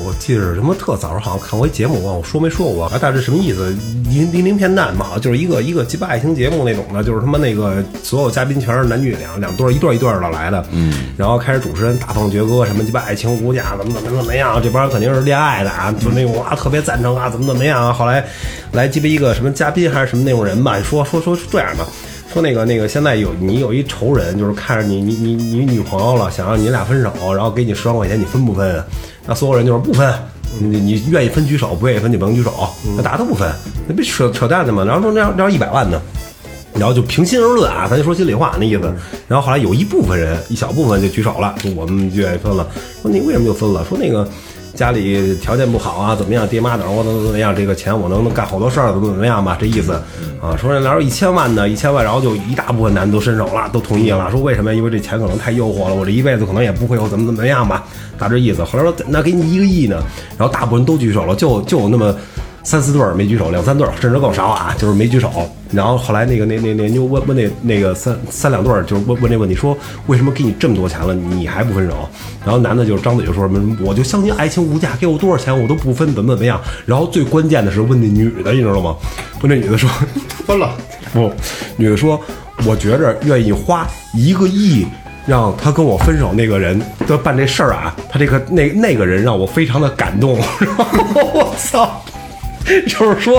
S7: 我记得是什么特早上好像看过一节目，我忘了说没说过，啊，但是什么意思？零零零片段嘛，好啊像就是一个一个鸡巴爱情节目那种的，就是他妈那个所有嘉宾全是男女两两对儿一对儿一对儿的来的，嗯，然后开始主持人大放厥歌，什么鸡巴爱情无啊价，怎么怎么怎么样，这帮人肯定是恋爱的啊，就那种啊特别赞成啊，怎么怎么样啊，后来来鸡巴一个什么嘉宾还是什么那种人吧，说说说这样吧。说那个那个，现在有你有一仇人，就是看着你你你你女朋友了，想让你俩分手，然后给你十万块钱，你分不分啊？那所有人就是不分，你你愿意分举手，不愿意分就甭举手，那大家都不分，那别扯扯淡的嘛。然后说那要那要一百万呢？然后就平心而论啊，咱就说心里话那意思。然后后来有一部分人，一小部分就举手了，说我们就愿意分了。说你为什么就分了？说那个家里条件不好啊，怎么样？爹妈等着我怎么怎么样？这个钱我能干好多事儿，怎么怎么样吧？这意思啊。说人聊一千万呢，一千万，然后就一大部分男的都伸手了，都同意了。说为什么？因为这钱可能太诱惑了，我这一辈子可能也不会有怎么怎么样吧，大致意思。后来说那给你一个亿呢，然后大部分都举手了，就就有那么。三四对儿没举手，两三对儿甚至更少啊，就是没举手。然后后来那个那那那妞问问那那个三三两对儿，就是问问这问题说为什么给你这么多钱了，你还不分手？然后男的就是张嘴就说什么我就相信爱情无价，给我多少钱我都不分，怎么怎么样。然后最关键的是问那女的，你知道吗？ 问那女的说分了不？女的说我觉着愿意花一个亿。让他跟我分手那个人的办这事儿啊，他这个那那个人让我非常的感动， 然后我操，就是说，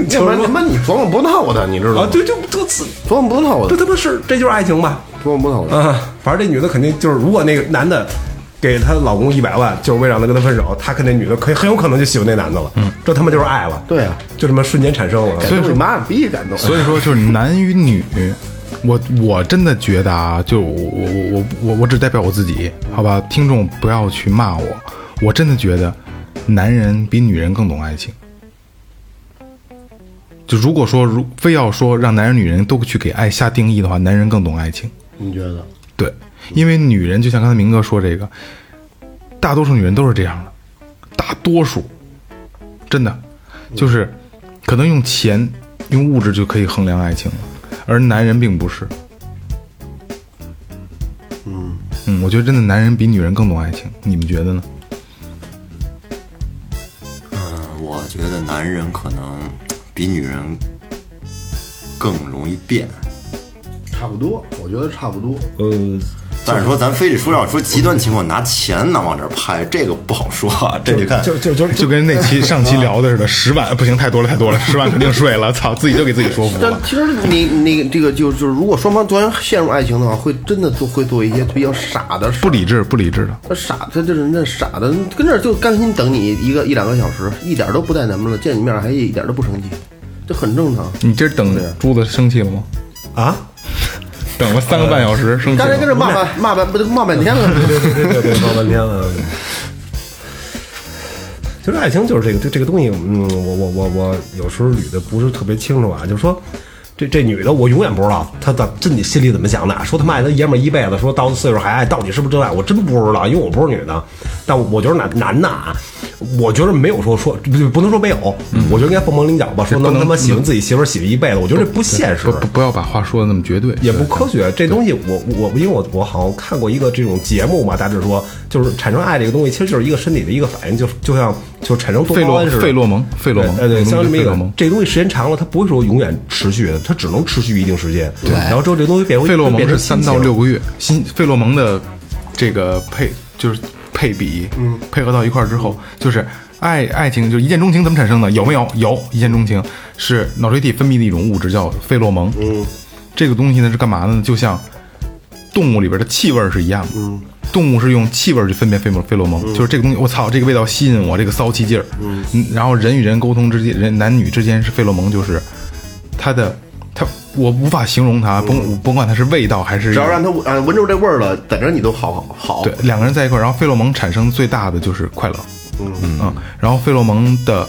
S5: 要
S7: 就
S5: 不然他
S7: 是说
S5: 妈你琢磨不到我的，你知道
S7: 啊
S5: 吗，？
S7: 对，就特次，
S5: 琢磨不到我
S7: 这
S5: 的，
S7: 他妈是这就是爱情吧？
S5: 琢磨不到我的。
S7: 啊，反正这女的肯定就是，如果那个男的给她老公一百万，就是为了让她跟他分手，她跟那女的可以很有可能就喜欢那男的了。嗯，这他妈就是爱了。
S5: 对啊，
S7: 就这么瞬间产生了。
S5: 所以说你妈逼感动，
S4: 所以说就是男与女，我我真的觉得啊，就我我我我我只代表我自己，好吧，听众不要去骂我，我真的觉得男人比女人更懂爱情。就如果说如非要说让男人女人都去给爱下定义的话，男人更懂爱情。
S5: 你觉得？
S4: 对，因为女人就像刚才明哥说这个，大多数女人都是这样的，大多数，真的，就是可能用钱、用物质就可以衡量爱情了，而男人并不是。嗯嗯，我觉得真的男人比女人更懂爱情，你们觉得呢？
S6: 我觉得男人可能比女人更容易变，
S5: 差不多，我觉得差不多。
S7: 呃，
S6: 但是说咱非得说要说极端情况拿钱呢往这儿拍，这个不好说啊。这得看，
S7: 就就就是
S4: 就跟那 期上期聊的似的，十万不行，太多了，太多了，十万肯定睡 了，操，自己就给自己说服
S5: 但
S4: 了。
S5: 其实你那个这个就就是，如果双方突然陷入爱情的话，会真的做会做一些比较傻的事
S4: 不。理智，不理智的，
S5: 他傻，他这人那傻的，跟这儿就甘心等你一个一两个小时，一点都不带咱们了，见你面还一点都不生气，这很正常。
S4: 你今儿等珠子生气了吗？
S7: 啊，
S4: 等了三个半小时，生气
S5: 刚才跟
S4: 了。
S5: 这骂半骂半不都骂半天了，
S7: 对对对对，闹半天了。其实爱情就是这个这这个东西，嗯，我我我我有时候捋的不是特别清楚啊，就是说，这这女的我永远不知道她的自己心里怎么想的，说他妈爱她爷们儿一辈子，说到岁数还爱，到底是不是真爱，我真不知道，因为我不是女的。但我觉得男男的啊，我觉得没有说说不不能说没有，我觉得应该凤毛麟角吧，说能他妈喜欢自己媳妇儿喜欢一辈子，我觉得这不现实
S4: 不。不不要把话说的那么绝对，
S7: 也不科学。这东西我我因为我我好像看过一个这种节目嘛，大致说就是产生爱这个东西，其实就是一个身体的一个反应，就就像就产生多
S4: 费
S7: 巴
S4: 洛
S7: 胺似的。
S4: 费洛蒙，费洛蒙，
S7: 哎对，
S4: 那
S7: 像
S4: 个
S7: 这么一
S4: 费洛
S7: 个
S4: 蒙，
S7: 这东西时间长了，它不会说永远持续的，它只能持续一定时间。对，然后之后这东西变回
S4: 费洛蒙是三到，
S7: 变成
S4: 六
S7: 亲
S4: 个月，新费洛蒙的这个配就是配比，嗯，配合到一块儿之后，就是爱爱情就一见钟情怎么产生的？有没有？有一见钟情是脑垂体分泌的一种物质叫费洛蒙，嗯，这个东西呢是干嘛的呢？就像动物里边的气味儿是一样的，嗯。动物是用气味儿去分辨费洛费洛蒙，就是这个东西，我操，这个味道吸引我，这个骚气劲儿。嗯，然后人与人沟通之间，人男女之间是费洛蒙，就是它的，它我无法形容它，甭甭管它是味道还是
S5: 只要让他闻啊闻着这味儿了，在这儿你都好好。
S4: 对，两个人在一块儿，然后费洛蒙产生最大的就是快乐，嗯然后费洛蒙的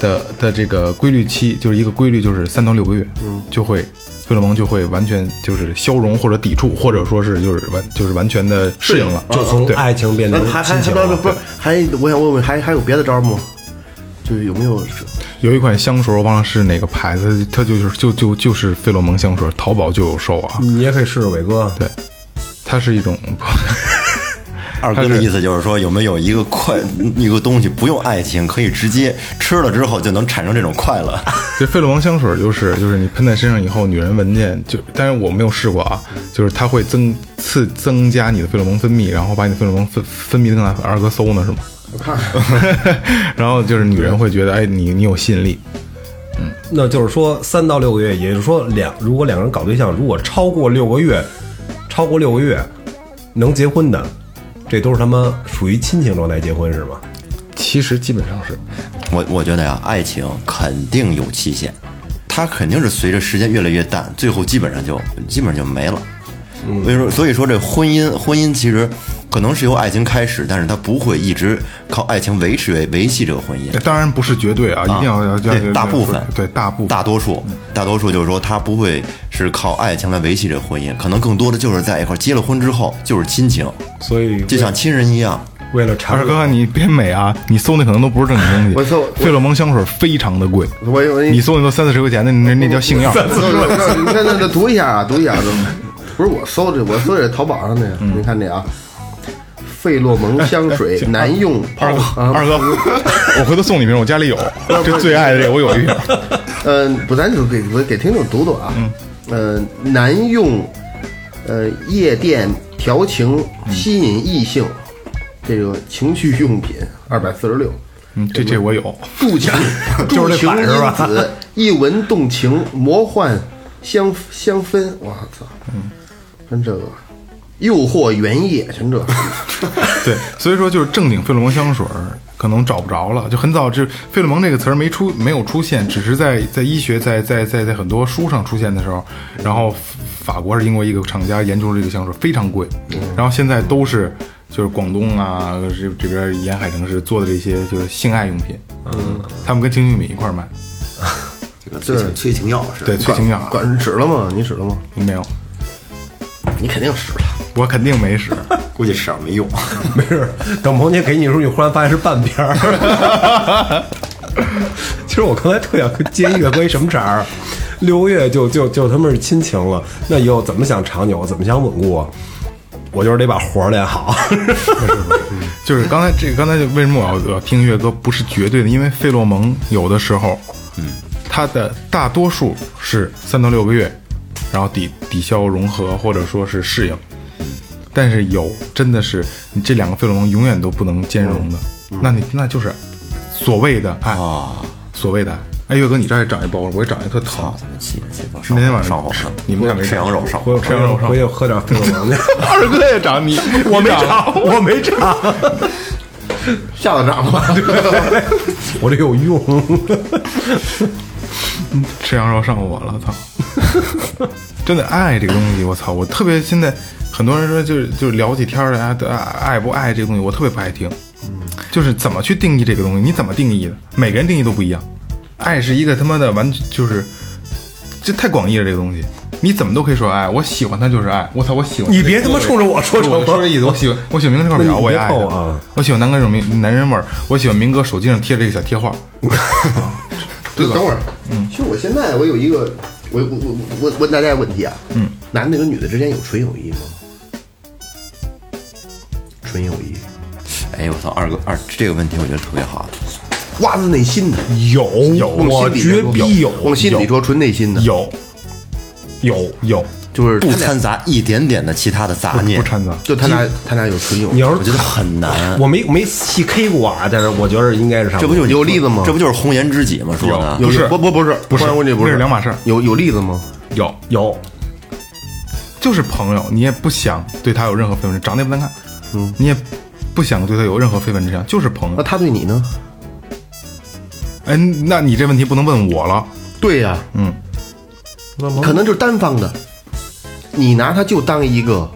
S4: 的的这个规律期就是一个规律，就是三到六个月，嗯，就会费洛蒙就会完全就是消融或者抵触，或者说是就是完就是完全的适应了，
S7: 就从
S4: 对
S7: 爱情变
S5: 那
S7: 成
S5: 还还
S7: 亲
S5: 还
S7: 情
S5: 不
S7: 了。
S5: 不不是还我想问问还还有别的招儿吗？就是有没有是
S4: 有一款香水，我忘了是哪个牌子，它就是就就就是费洛蒙香水，淘宝就有售啊。
S7: 你也可以试试伟哥，
S4: 对，它是一种，
S6: 二哥的意思就是说，有没有一个快一个东西不用爱情，可以直接吃了之后就能产生这种快乐？
S4: 这费洛蒙香水就是就是你喷在身上以后，女人闻见就，但是我没有试过啊，就是它会增次增加你的费洛蒙分泌，然后把你的费洛蒙分分泌的更大。二哥搜呢是吗？
S5: 我看看，
S4: 然后就是女人会觉得，哎，你你有吸引力，
S7: 那就是说三到六个月，也就是说两如果两个人搞对象，如果超过六个月，超过六个月能结婚的，这都是他妈属于亲情状态结婚是吗？
S4: 其实基本上是。
S6: 我我觉得呀、爱情肯定有期限，它肯定是随着时间越来越淡，最后基本上就基本上就没了。
S4: 嗯
S6: 所以说，所以说这婚姻，婚姻其实可能是由爱情开始，但是它不会一直靠爱情维持维维系这个婚姻。
S4: 哎当然不是绝对啊，一定要要要
S6: 对大部分，
S4: 对大部分嗯
S6: 大多数，大多数就是说他不会是靠爱情来维系这个婚姻，可能更多的就是在一块儿结了婚之后就是亲情，
S7: 所以
S6: 就像亲人一样。
S7: 为了长
S4: 二哥，你别美啊！你搜那可能都不是正经东西。
S5: 我搜
S4: 费洛蒙香水非常的贵，
S5: 我我
S4: 你搜那都三四十块钱的，那那那叫性药。
S5: 那那那读一下啊，读一下啊，不是我搜的，我搜的是淘宝上的呀。你看这啊，费洛蒙香水男 用
S4: 二
S5: 嗯泡
S4: 哥，
S5: 啊，
S4: 二哥，我回头送你一瓶，我家里有，这最爱的这个我有一瓶。
S5: 嗯，不，咱就给我给听众读读啊。嗯。呃，男用，呃，夜店调情吸引异性，这个情趣用品二百四十六，
S4: 嗯，这这我有。
S5: 助情
S7: 就
S5: 助
S7: 是这
S5: 情
S7: 版
S5: 因
S7: 是吧
S5: 子，一闻动情，魔幻香香氛，我操！嗯，真这个。诱惑原野，全 这，
S4: 对，所以说就是正经费洛蒙香水儿可能找不着了，就很早就费洛蒙这个词儿没出没有出现，只是在在医学在在在在很多书上出现的时候，然后法国是英国一个厂家研究了这个香水，非常贵，然后现在都是就是广东啊这这边沿海城市做的这些就是性爱用品，嗯，他们跟情趣用品一块儿卖，
S8: 这个催情催情药是吧
S4: 对，催情
S7: 啊
S4: 药
S5: 管管使了吗？你使了吗？
S4: 没有，
S5: 你肯定使了。
S4: 我肯定没使，
S8: 估计市场没用。
S7: 没事儿，等彭姐给你的时候，你忽然发现是半边儿。 其实我刚才特想接一个关于什么茬儿，六个月就就就他妈是亲情了，那以后怎么想长久，怎么想稳固啊？我就是得把活儿练好。
S4: 就是刚才这个刚才就为什么我要我要听乐歌不是绝对的，因为费洛蒙有的时候，嗯，它的大多数是三到六个月，然后抵抵消融合或者说是适应，但是有真的是你这两个费洛蒙永远都不能兼容的，那你那就是所谓的爱，所谓的爱。哎，岳哥，你这儿也长一包，我也长一特疼。
S6: 气气吧
S4: 那天晚上
S6: 啊上火上，
S4: 你们俩没
S6: 吃羊肉上
S7: 回
S6: 火，
S7: 去
S4: 吃羊肉上
S7: 回去喝点费洛蒙去。
S4: 二哥也长，你 我没长，
S7: 我没长，
S5: 下头长吧，
S7: 我这有用。
S4: 吃羊肉上我了，操！ 真的爱这个东西，我操！我特别现在很多人说就是就是聊起天儿来，大家爱爱不爱这个东西，我特别不爱听。就是怎么去定义这个东西，你怎么定义的？每个人定义都不一样。爱是一个他妈的完，就是这太广义了，这个东西。你怎么都可以说爱，我喜欢他就是爱，我操，我喜欢
S7: 你别他妈冲着我说
S4: 我我
S7: 成
S4: 说这意思，我喜欢我喜欢明哥这块表，
S7: 那你别
S4: 我也爱
S7: 扣
S4: 他
S7: 啊
S4: 我喜欢南哥这种明男人味儿，我喜欢明哥手机上贴这个小贴画，
S5: 就等会儿，其实我现在我有一个，我我我我问大家一个问题啊，嗯，男的跟女的之间有纯友谊吗？纯友谊，
S6: 哎，我操，二哥二这个问题我觉得特别好，
S5: 挖自内心的，
S7: 有有，
S5: 往
S7: 我
S5: 心里
S7: 绝
S5: 说
S7: 逼有，
S5: 往心里说纯内心的，
S7: 有有有。
S5: 就是
S6: 不
S5: 他俩，
S6: 掺杂一点点的其他的杂念
S4: 不，掺杂。
S5: 就他俩他俩有纯友
S7: 你
S5: 谊，
S7: 要
S6: 我
S7: 是
S6: 觉得很难。
S7: 我没没细 K 过啊，但是我觉得应该是上。
S6: 这不就是
S5: 有例子吗
S6: 这不就是红颜知己吗？说的
S5: 有
S4: 不是
S5: 不不不是
S4: 不是
S5: 关于这不
S4: 那
S5: 是
S4: 是两码事儿
S5: 有有例子吗？
S4: 有
S7: 有
S4: 就是朋友，你也不想对他有任何非分之想，长得也不难看，嗯，你也不想对他有任何非分之想，就是朋
S5: 那
S4: 友。
S5: 他对你呢？
S4: 哎，那你这问题不能问我了，
S5: 对呀，
S4: 嗯，
S5: 可能就是单方的，你拿他就当一个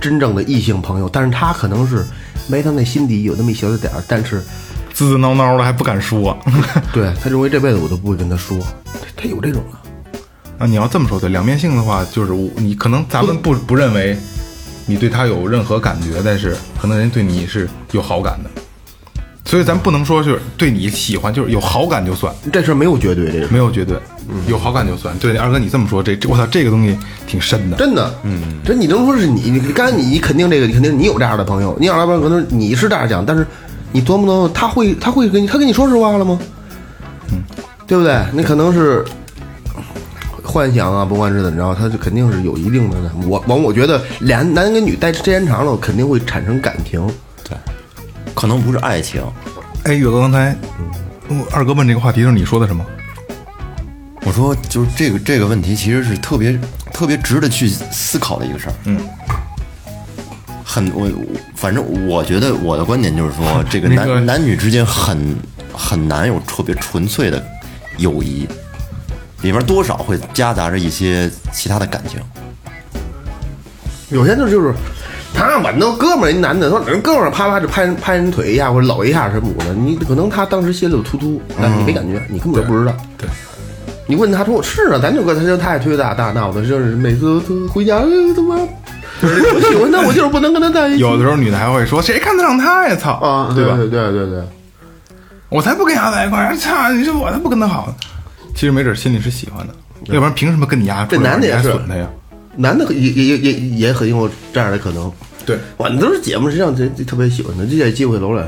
S5: 真正的异性朋友，但是他可能是埋藏在心底有那么一小点点儿，但是
S4: 滋滋挠挠的还不敢说。
S5: 对他认为这辈子我都不会跟他说，他有这种的。
S4: 啊，你要这么说对，两面性的话，就是我你可能咱们不不认为你对他有任何感觉，但是可能人对你是有好感的。所以咱不能说就是对你喜欢，就是有好感就算，
S5: 这事儿没有绝对，这个
S4: 没有绝对，有好感就算。对，二哥你这么说，这这我操，这个东西挺深的。
S5: 真的，嗯，这你能说是你？你刚才你肯定这个，你肯定你有这样的朋友，你有这样的朋友可能你是这样想，但是你琢磨琢磨，他会他会跟你他跟你说实话了吗？嗯，对不对？你可能是幻想啊，不管是怎么着，他就肯定是有一定的。我我我觉得俩男跟女待时间长了，肯定会产生感情。
S6: 可能不是爱情，
S4: 哎，岳哥刚才嗯二哥问这个话题的时候，你说的 什么？
S6: 我说就是这个这个问题其实是特别特别值得去思考的一个事儿。嗯，很我我反正我觉得我的观点就是说，这个
S4: 那个
S6: 男男女之间很很难有特别纯粹的友谊，里面多少会夹杂着一些其他的感情。
S5: 有些就是就是，他我们都哥们儿，一男的说人哥们儿啪啪就拍人拍人腿一下或者搂一下什么的，你可能他当时心里有突突，但是你没感觉，你根本就不知道。嗯对，你问他说我是啊，咱就搁他就他也推大大闹的，就是每次都都回家哎他妈，我喜欢他，我就是不能跟他在一起。
S4: 有的时候女的还会说，谁看得上他呀？操
S5: 啊，
S4: 对
S5: 对
S4: 吧？
S5: 对对对对，
S4: 我才不跟丫在一块儿！哎操，你说我才不跟他好呢。其实没准心里是喜欢的，要不然凭什么跟你丫
S5: 这
S4: 出来玩
S5: 男的
S4: 你
S5: 也
S4: 还
S5: 是
S4: 损他呀？
S5: 男的也也也也也很有这样的可能。
S4: 对，
S5: 我们都是姐们儿，实际上这这特别喜欢他，这些机会都来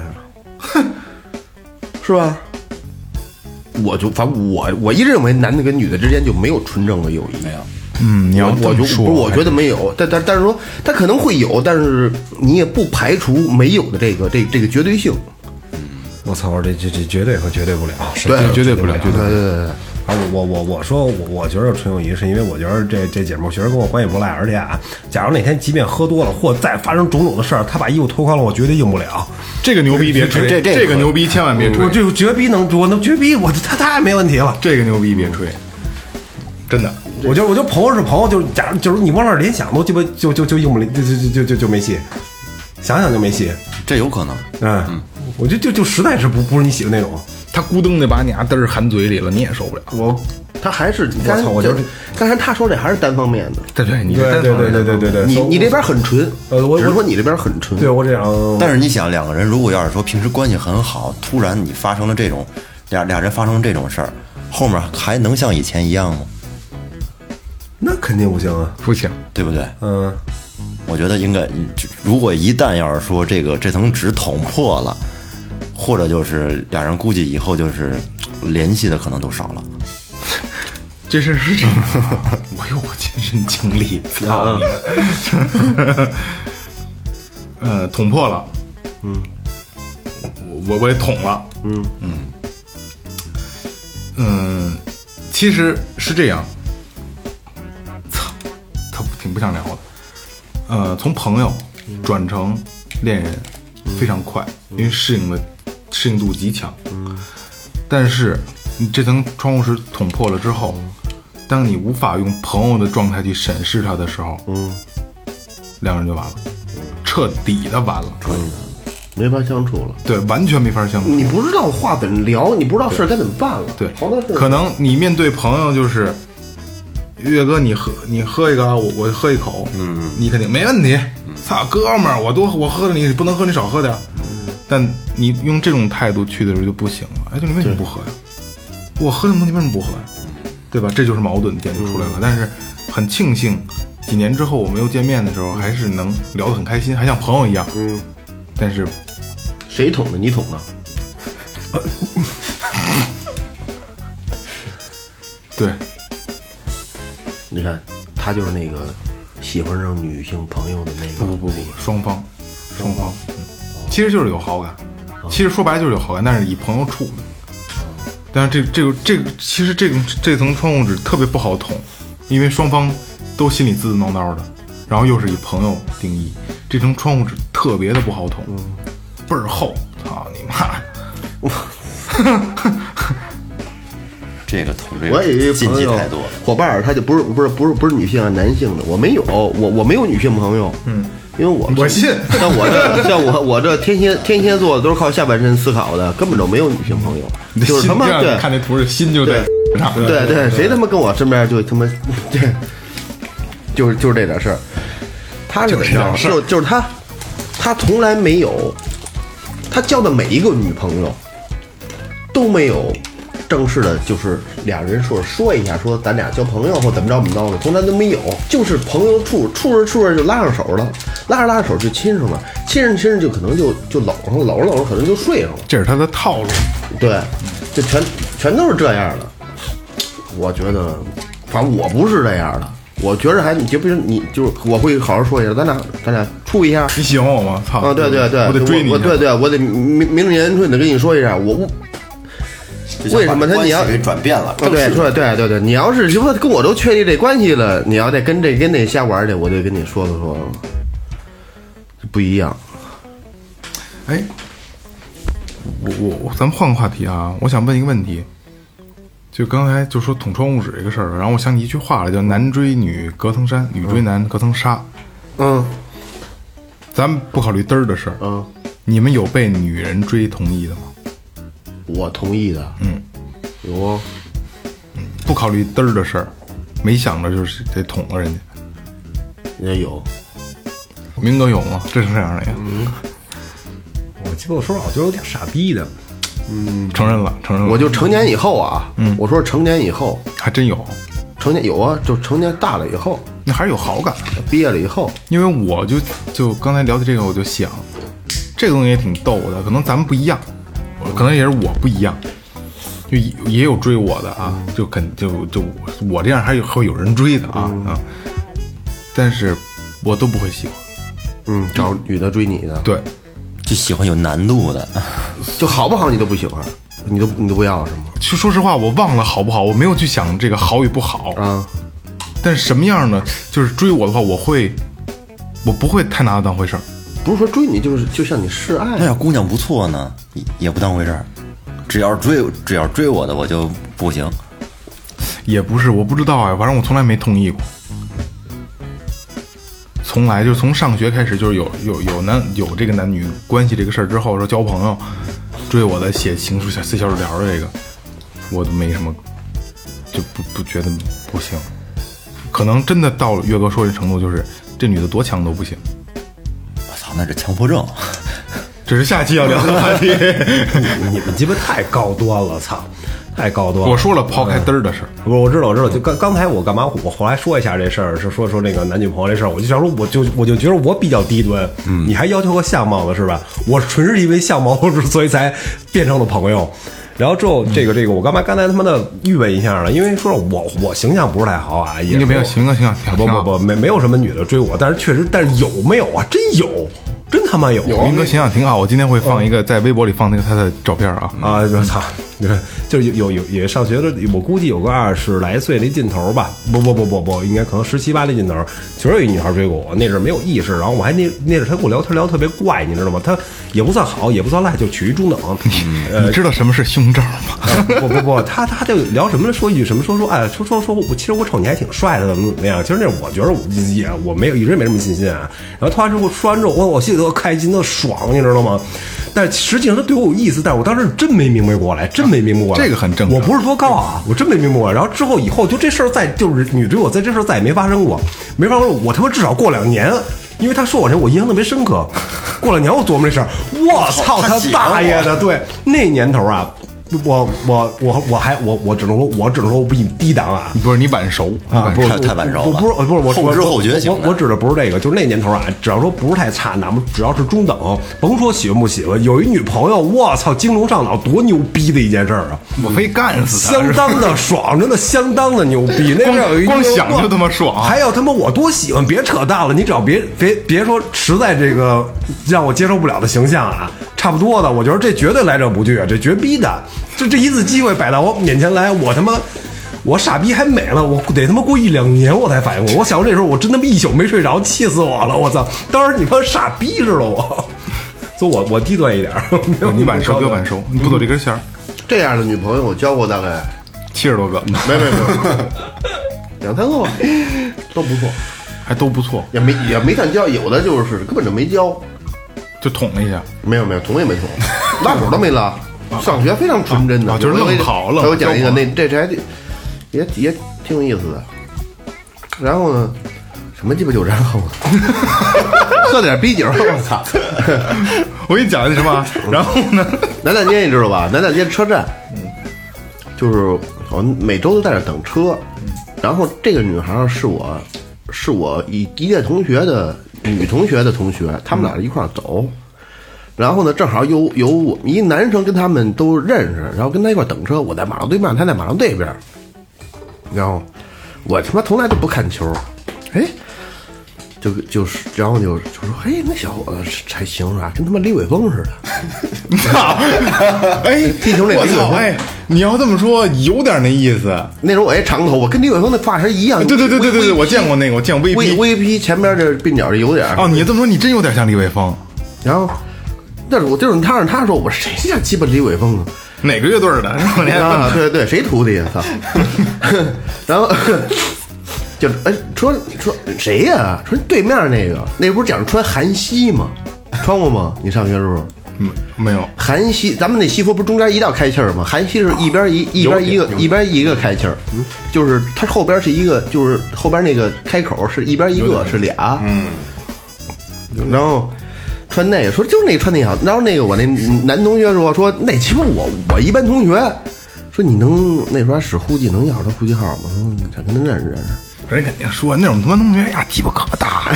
S5: 上，是吧？我就反正我我一直认为男的跟女的之间就没有纯正的友谊，没有。
S4: 嗯，你要这
S5: 我我就
S4: 么
S5: 不是
S4: 说，
S5: 我
S4: 还
S5: 觉得没有，但但但是说他可能会有，但是你也不排除没有的这个这这个绝对性。
S7: 我操！我说这这这绝对可绝对不了，是
S5: 对
S4: 绝对不了，绝
S5: 对
S4: 对
S5: 对对，
S7: 啊，我我我我说我我觉得纯友谊是因为我觉得这这姐们儿确实跟我关系不赖，而且啊，假如哪天即便喝多了或再发生种种的事儿，她把衣服脱光了，我绝对应不了。
S4: 这个牛逼别吹，
S6: 这这
S4: 个牛逼千万别吹
S7: 我，就绝逼能，我能绝逼，我她太没问题了。
S4: 这个牛逼别吹，真的。
S7: 我就我就朋友是朋友，就是假如就是你往那儿联想都鸡巴就就就应不了，就就就就就就没戏，想想就没戏。
S6: 这有可能，
S7: 嗯，我就就就实在是不不是你喜欢那种。
S4: 他咕噔的把你牙嘚儿含嘴里了，你也受不了。
S7: 我
S5: 他还是你
S7: 我
S5: 刚
S7: 操
S5: 才
S7: 我觉得
S5: 刚才他说这还是单方面的，
S4: 对对，你
S7: 对对对对对对对，
S5: 你
S7: 所以
S5: 你这边很纯，
S7: 呃我
S5: 只是
S7: 我
S5: 说你这边很纯，
S7: 对我这样，
S5: 嗯
S6: 但是你想，两个人如果要是说平时关系很好，突然你发生了这种俩俩人发生这种事儿，后面还能像以前一样吗？
S7: 那肯定不行啊。
S4: 不行，
S6: 对不对？
S7: 嗯，
S6: 我觉得应该，就如果一旦要是说这个这层纸捅破了，或者就是俩人估计以后就是联系的可能都少了。
S4: 这事儿是 这样，我有我亲身经历。操你妈！呃，捅破了，嗯，我我也捅了，嗯嗯嗯，其实是这样，操，他挺不想聊的。呃，从朋友转成恋人非常快，因为适应的适应度极强。但是你这层窗户纸捅破了之后，当你无法用朋友的状态去审视他的时候，嗯，两个人就完了，彻底的完了，
S5: 没法相处了。
S4: 对，完全没法相处。
S5: 你不知道话怎么聊，你不知道事儿该怎么办了。
S4: 对
S5: 好多事，儿
S4: 可能你面对朋友就是，岳哥，你喝你喝一个啊，我我喝一口，嗯，你肯定没问题。操，哥们儿，我多我喝了你不能喝，你少喝点儿。但你用这种态度去的时候就不行了。哎，就你为什么不喝呀？我喝这么多，你为什么不喝呀？对吧？这就是矛盾点就出来了。但是很庆幸，几年之后我们又见面的时候，还是能聊得很开心，还像朋友一样。嗯，但是
S5: 谁捅的？你捅的？
S4: 对，
S5: 你看，他就是那个喜欢上女性朋友的那个。
S4: 不不不，双方，双方，嗯其实就是有好感，
S5: 嗯
S4: 其实说白了就是有好感，但是以朋友处的。但是这这个这个，其实这个这层窗户纸特别不好捅，因为双方都心里自自挠挠的，然后又是以朋友定义，这层窗户纸特别的不好
S5: 嗯
S4: 捅，倍儿厚，操你妈！
S6: 这个捅这
S5: 我也有一
S6: 个
S5: 个
S6: 禁
S5: 朋
S6: 忌
S5: 友
S6: 太多了。
S5: 伙伴儿，他就不是不是不是不是女性啊，男性的，我没有，我我没有女性朋友，嗯，因为我
S4: 我信
S5: 像我这像我我这天蝎天蝎座都是靠下半身思考的，根本就没有女性朋友， 就是他妈
S4: 心这样
S5: 对
S4: 你看那图是心就在上，
S5: 对对，谁他妈跟我身边就他妈对，就是就是这点事儿，他是怎么着？就就是他，他从来没有他交的每一个女朋友都没有正式的，就是俩人说说一下，说咱俩交朋友或怎么着怎么着的，从来都没有，就是朋友处处着处着就拉上手了，拉着拉着手就亲上了，亲上亲上就可能就就搂上了，搂着搂着可能就睡上了。
S4: 这是他的套路。
S5: 对，就全全都是这样的。我觉得，反正我不是这样的。我觉着还你就不行，你就是我会好好说一下，咱俩咱俩处一下
S4: 你喜欢我吗？操！
S5: 啊，对对对，
S4: 我得追你一
S5: 我
S4: 下。
S5: 对对，我得明明着年春得跟你说一下，我我为什么他你要
S8: 关系给转变了？
S5: 啊，对，
S8: 正式
S5: 对对对对，你要是说跟我都确立这关系了，你要再跟这跟那瞎玩去，我就跟你说了说，不一样。
S4: 哎，我我我咱们换个话题啊，我想问一个问题，就刚才就说捅窗户纸这个事儿，然后我想起一句话来，叫“男追女隔层山，女追男隔层纱
S5: 嗯”。
S4: 咱们不考虑嘚儿的事儿，
S5: 嗯，
S4: 你们有被女人追同意的吗？
S5: 我同意的。
S4: 嗯，
S5: 有哦
S4: 不考虑嘚儿的事儿，没想着就是得捅了人家。
S5: 也有，
S4: 明哥有吗？真是这样的呀？
S7: 我记得我说实话，我觉得我挺傻逼的。
S4: 承认了，嗯承认了。
S5: 我就成年以后啊，
S4: 嗯
S5: 我说成年以后，
S4: 还真有，
S5: 成年有啊，就成年大了以后，
S4: 那还是有好 感的。
S5: 毕业了以后，
S4: 因为我就就刚才聊起这个，我就想，这个东西也挺逗的，可能咱们不一样，我可能也是我不一样，就也也有追我的啊，就肯就就我这样还有会有人追的啊啊，但是我都不会喜欢，
S5: 嗯，找女的追你的，
S4: 对，
S6: 就喜欢有难度的，
S5: 就好不好你都不喜欢，你都你都不要是吗？
S4: 其实说实话，我忘了好不好，我没有去想这个好与不好，
S5: 啊，
S4: 但是什么样呢？就是追我的话，我会，我不会太拿它当回事儿，
S5: 不是说追你，就是就像你示爱
S6: 那，要姑娘不错呢，也也不当回事儿。 只要是追只要是追我的，我就不行。
S4: 也不是，我不知道啊，反正我从来没同意过，从来就从上学开始，就是有有有男有这个男女关系这个事儿之后，说交朋友、追我的、写情书、写写小纸条的这个，我都没什么，就不不觉得不行，可能真的到了岳哥说这程度，就是这女的多强都不行。
S6: 我操，那是强迫症。
S4: 这是下期要聊的话 题。
S7: 你们鸡巴太高端了，操，太高端了。
S4: 我说了，抛开嘚儿的事儿，
S7: 不是，我知道，我知道。就刚刚才我干嘛？我后来说一下这事儿，是说说那个男女朋友这事儿，我就想说，我就我就觉得我比较低端，嗯，你还要求个相貌呢，是吧？我纯是因为相貌， 所以才变成了朋友。然后之后，这
S4: 嗯
S7: 个这个，我干嘛刚才他妈的预问一下呢？因为说我我形象不是太好啊，也
S4: 你就没有
S7: 是
S4: 行啊行啊，挺
S7: 不
S4: 挺好
S7: 不不，没没有什么女的追我，但是确实，但是有没有啊？真有，真他妈有，啊嗯
S4: 明哥形象挺好，我今天会放一个在微博里放那个他的照片啊。
S7: 啊，我操！你看，就是有有有也上学的，我估计有个二十来岁那劲头吧，不不不不不，应该可能十七八那劲头，确实有一女孩追过我，那阵儿没有意识，然后我还那那阵儿她跟我聊天聊得特别怪，你知道吗？她也不算好，也不算赖，就取于中等。呃
S4: 你，知道什么是胸罩吗？
S7: 不不不，他他就聊什么呢？说一句什么说说哎，说说说我其实我瞅你还挺帅的，怎么怎么样？其实那我觉得我也我没有一直没什么信心啊。然后他之后说完之后，我我心里头开心的爽，你知道吗？但实际上他对我有意思，但是我当时真没明白过来，真没明白过来。
S4: 这个很正常
S7: 我不是多高啊，我真没明白过来。然后之后以后就这事儿再就是你对我在这事儿再也没发生过，没发生过。我他妈至少过两年。因为他说我这，我印象特别深刻。过两年我琢磨这事儿，我操他大爷的！对，那年头啊，我我我我还我我只能说，我只能说我比你低档啊
S4: 不是你晚熟
S7: 啊！不是
S6: 太太晚熟了
S7: 不是不是我
S6: 后知后觉型
S7: 我
S6: 的
S7: 我我指的不是这个，就是那年头啊，只要说不是太差，哪怕只要是中等，甭说喜欢不喜欢，有一女朋友，我操，精虫上脑，多牛逼的一件事儿啊！
S4: 我非干死他！
S7: 相当的爽，真的相当的牛逼。那阵儿有一
S4: 光光想就他妈爽啊
S7: 还有他妈我多喜欢，别扯淡了，你只要别别别说实在这个让我接受不了的形象啊，差不多的，我觉得这绝对来者不拒，啊这绝逼的，这这一次机会摆到我面前来，我他妈。我傻逼还美了，我得他妈过一两年我才反应过来。我想到这时候，我真他妈一宿没睡着，气死我了！我操，当时你妈傻逼似的我， 所以我我低端一点儿， 没有
S4: 哦你晚熟
S7: 就
S4: 哥晚熟，你不走这根弦儿，
S5: 这样的女朋友我交过大概
S4: 七十多个，
S5: 没没没，两三个吧，都不错，
S4: 还都不错，
S5: 也没也没敢交，有的就是根本就没交，
S4: 就捅了一下。
S5: 没有没有，捅也没 捅，拉手都没拉，上学非常纯真的，
S4: 啊啊就是愣跑愣
S5: 给我讲一个，
S4: 愣跑
S5: 那这这还挺也也挺有意思的。然后呢， 什么鸡巴就然后呢，喝点啤酒，我操！
S4: 我给你讲一什 么？然后呢，
S5: 南大街你知道吧？南大街车站，就是我们每周都在那儿等车。然后这个女孩儿是我，是我一一届同学的女同学的同学，他们俩一块儿走。然后呢，正好有有我们一男生跟他们都认识，然后跟他一块儿等车，我在马路对面，他在马路对边儿。然后我他妈从来都不看球，哎，就就是，然后就就说，哎，那小伙子是还行是吧？跟他妈李伟峰似的。
S4: 操！哎，
S5: 地球那
S4: 我
S5: 李伟
S4: 操！
S5: 峰
S4: 哎，你要这么说，有点那意思。
S5: 那时候我也长头发，跟李伟峰那发型一样。
S4: 哎对对对对对对，我见过那个，我见过
S5: V
S4: VP。
S5: V P 前边这鬓角这有点儿
S4: 哦，你这么说，你真有点像李伟峰。
S5: 然后那是我就是他让他说我谁叫鸡巴李伟峰啊？
S4: 哪个乐队 的？然后你还问
S5: 啊，对对，谁徒弟呀？ 操！ 然后 就哎说说谁呀、说对面那个，那不是讲穿韩熙吗？穿过吗？你上学的时候？
S4: 没没有？
S5: 韩熙，咱们那西服不是中间一道开气儿吗？韩熙是一边一一边一个一边一个开气儿，嗯就是它后边是一个，就是后边那个开口是一边一个是俩，嗯，然后穿那个说就是那穿那好，然后那个我那男同学说说那鸡巴我我一班同学，说你能那时候还使呼机能要着他呼机号吗？说你想跟他认识认识。
S4: 人肯定说那种他妈同学呀，鸡巴可大。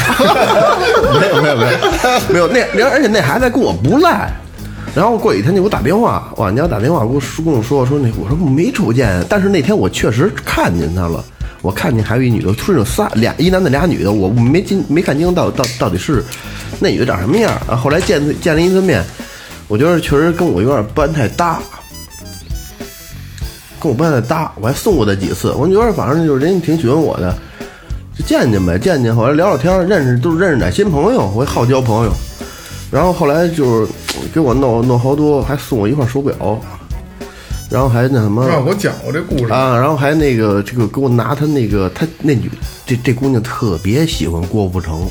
S5: 没有没有没有没有那然后而且那孩子给我不赖。然后过几天就给我打电话，哇！你要打电话给我说跟我说说那，我说没瞅见，但是那天我确实看见他了，我看见还有一女的，顺着仨俩一男的俩女的，我没进没看清到到到底是那女的长什么样啊？后来见见了一次面，我觉得确实跟我有点不太搭，跟我不太搭，我还送过她几次，我觉得反正就是人家挺喜欢我的，就见见呗，见见，后来聊聊天儿，认识都是认识点新朋友，我也好交朋友。然后后来就是嗯给我弄弄好多，还送我一块手表，然后还那什么
S4: 啊，我讲过这故事。
S5: 啊，然后还那个这个给我拿他那个他那女这这姑娘特别喜欢郭富城。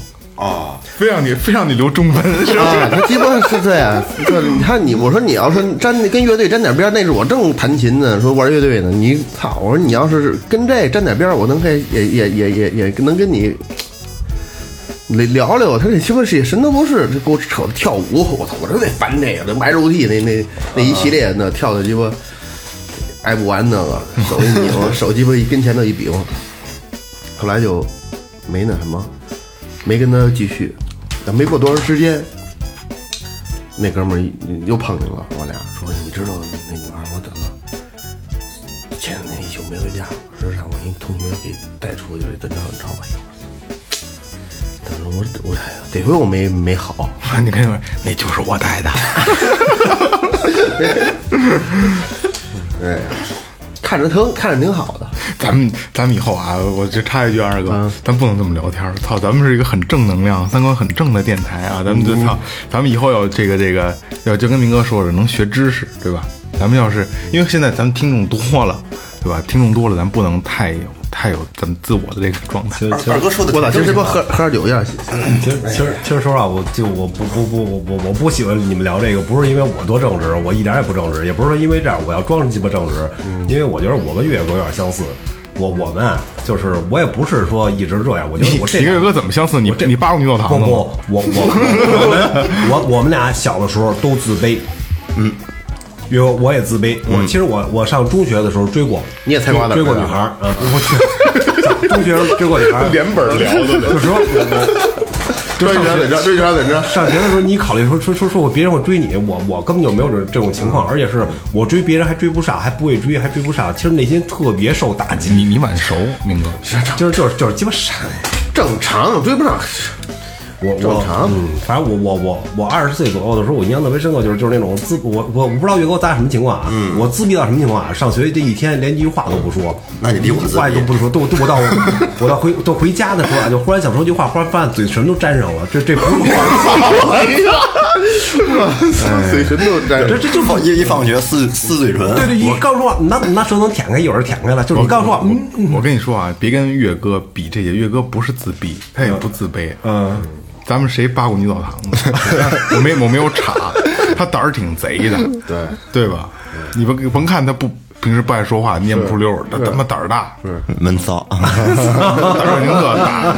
S4: 非让你非让你留中分是吧？
S5: 啊，他鸡巴是对啊，对，你看你，我说你要是沾跟乐队沾点边儿，那是我正弹琴呢，说玩乐队呢，你操！我说你要是跟这沾点边儿，我能跟也也也也也能跟你聊聊。他这鸡巴是什么都不是，这给我扯的跳舞，我操！我真得烦这个，这埋肉体那那那一系列那跳的鸡巴挨不完那个，手一拧，手鸡巴一跟前头一比划，后来就没那什么，没跟他继续。但没过多长时间，那哥们儿又碰见了我俩，说你知道那女孩儿我怎么前两天一宿没回家，说让我一同学给带出去了，真的很吵。哎呦我操！当时我我哎呀得亏我没没好，
S4: 你看，那就是我带的。
S5: 哎看着疼，看着挺好的。
S4: 咱们咱们以后啊，我就插一句，二哥，咱不能这么聊天儿。操，咱们是一个很正能量、三观很正的电台啊。咱们就操，咱们以后要这个这个，要就跟明哥说的，能学知识，对吧？咱们要是因为现在咱们听众多了，对吧？听众多了，咱不能太有太有咱们自我的这个状态。
S8: 二二哥说的
S5: 我操！今儿这不喝喝点酒一样，
S7: 其实其实其实说实话，我就我不不不我我我不喜欢你们聊这个，不是因为我多正直，我一点也不正直，也不是说因为这样我要装鸡巴正直，
S4: 嗯
S7: 因为我觉得我跟岳哥有点相似，我我们啊就是我也不是说一直这样，我觉
S4: 你
S7: 得我这
S4: 你跟
S7: 两
S4: 哥怎么相似？你
S7: 这
S4: 你扒过女澡堂
S7: 不
S4: 子
S7: 不，
S4: 吗
S7: 我？我我们我我们俩小的时候都自卑，嗯，因为我也自卑，
S4: 嗯
S7: 我其实我我上中学的时候追过，
S5: 你也猜瓜子儿
S7: 追过女孩儿啊，我 去，中学追过女孩儿，
S4: 连本儿聊的呢
S7: 就说我我
S5: 追一圈怎着？追一圈怎着？
S7: 上学的时候，你考虑说说说说我别人会追你，我我根本就没有这这种情况，而且是我追别人还追不上，还不会追，还追不上，其实内心特别受打击，
S4: 你你晚熟，明哥。
S7: 就是就是就是鸡巴傻。
S5: 正常，追不上。
S7: 我我
S5: 正常
S7: 嗯，反正我我我我二十岁左右的时候，我印象特别深刻，就是就是那种自我我我不知道岳哥咱俩什么情况啊，
S8: 嗯
S7: 我自闭到什么情况啊？上学这一天连一句话都不说，
S8: 那你比我
S7: 一句
S8: 自
S7: 话
S8: 闭
S7: 都不说，都都我到我到回到回家的时候啊，就忽然想说句话，忽然发现嘴唇都粘上了，这这不是我，
S5: 哎呀，嘴唇都沾
S7: 这这就是
S6: 放一一放学撕撕嘴唇，
S7: 对对，一告诉我拿拿舌头舔开，有人舔开了，就是你告诉我，嗯，
S4: 我跟你说啊，别跟岳哥比这些，岳哥不是自闭，他也不自卑。嗯，咱们谁扒过女澡堂 子？我没我没有查，他胆儿挺贼的，对对吧？你甭甭看他不平时不爱说
S5: 哎
S4: 话，蔫不出溜儿，他他妈胆儿大，
S6: 闷骚。
S4: 胆儿挺可大。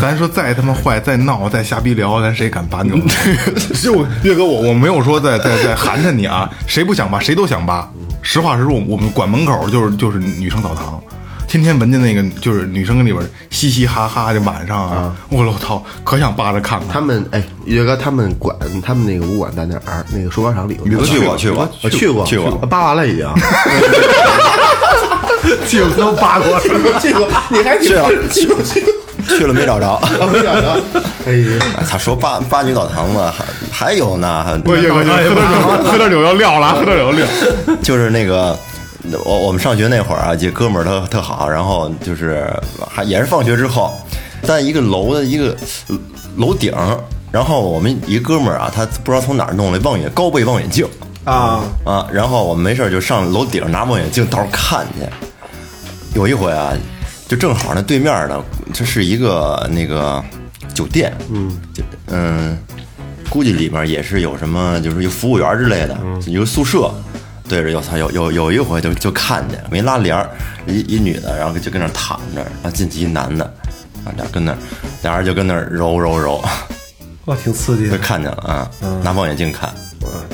S4: 咱说再他妈坏，再闹，再瞎逼聊，咱谁敢拔你？ 就岳哥，我我没有说在在在寒碜你啊，谁不想拔，谁都想拔。实话实说，我们管门口就是就是女生澡堂，天天闻见那个就是女生跟里边嘻嘻哈哈的，晚上啊，我老操，可想扒着看看。
S5: 他们哎，岳哥他们管他们那个武馆在哪儿？那个手表厂里头，
S6: 我去过，去过，
S5: 我去过，
S6: 去过。
S5: 扒完了 已经。
S4: 去都扒过 了，
S5: 去过，你还去 了？去过去过。
S6: 啊去了没找着。
S5: 没想 到，哎呀，哎
S6: 哎他说八八女澡堂嘛，还还有呢，还
S4: 哎不是岳哥，你喝点酒， 喝点酒要撂了啊，喝点酒要撂。
S6: 就是那个我我们上学那会儿啊，这哥们儿特特好，然后就是还也是放学之后，在一个楼的一个呃楼顶儿，然后我们一哥们儿啊，他不知道从哪儿弄了望远高倍望远镜
S7: 嗯
S8: 啊，
S6: 啊，然后我们没事儿就上楼顶儿拿望远镜到处看去。有一回啊，就正好那对面儿呢，这是一个那个酒店，嗯，嗯，估计里面也是有什么，就是有服务员之类的，有宿舍。对着有他有有有一回就就看见没拉帘儿，一一女的，然后就跟那儿躺着，然后进去一男的，啊俩跟那儿俩人就跟那儿揉揉揉，
S7: 哇，哦挺刺激
S6: 就
S7: 的。
S6: 看见了啊，拿望远镜看，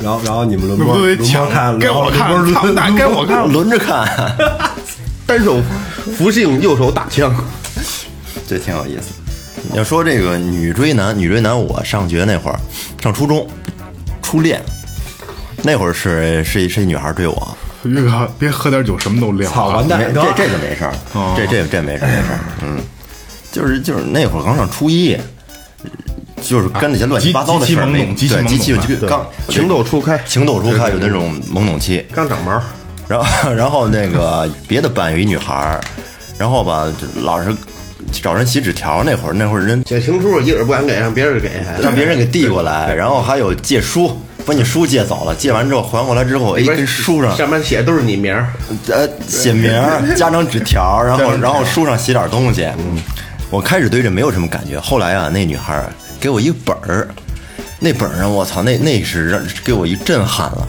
S7: 然后然后你们轮
S4: 那
S7: 播
S4: 不得
S7: 轮播
S4: 抢
S7: 看，
S4: 该我看
S7: 轮播
S4: 操
S7: 轮
S4: 那该我看 了
S6: 轮着看，
S5: 单手扶幸，右手打枪，
S6: 这挺有意思。要说这个女追男，女追男，我上学那会儿，上初中，初恋，那会儿是是一是一女孩追我，
S4: 岳哥，别喝点酒，什么都撂。啊
S7: 操完蛋
S6: 没
S7: 得
S6: 这这个没事儿，
S4: 哦
S6: 这这这
S4: 哎
S6: 没事儿没事儿，嗯，就是就是那会儿刚上初一，就是干那些乱七八糟的事儿，
S4: 啊极极其
S6: 没
S4: 懵懂极其
S6: 对
S4: 懵
S6: 极其
S4: 懂
S6: 就刚
S5: 情窦初开，
S6: 情窦初开有那种懵懂期，
S5: 刚长毛，
S6: 然后然后那个别的班有一女孩儿，然后吧就老是找人写纸条，那会儿那会儿人
S5: 写情书一会儿不敢给，让别人给，
S6: 让别人给递过来，然后还有借书。把你书借走了，借完之后还回来之后，哎，
S5: 里边
S6: 跟书上
S5: 上面写的都是你名儿，
S6: 呃，写名儿、 加张纸条儿，嗯然后然后书上写点东西。我开始对这没有什么感觉，后来啊，那女孩儿给我一本儿，那本儿上啊我操，那那是让给我一震撼了。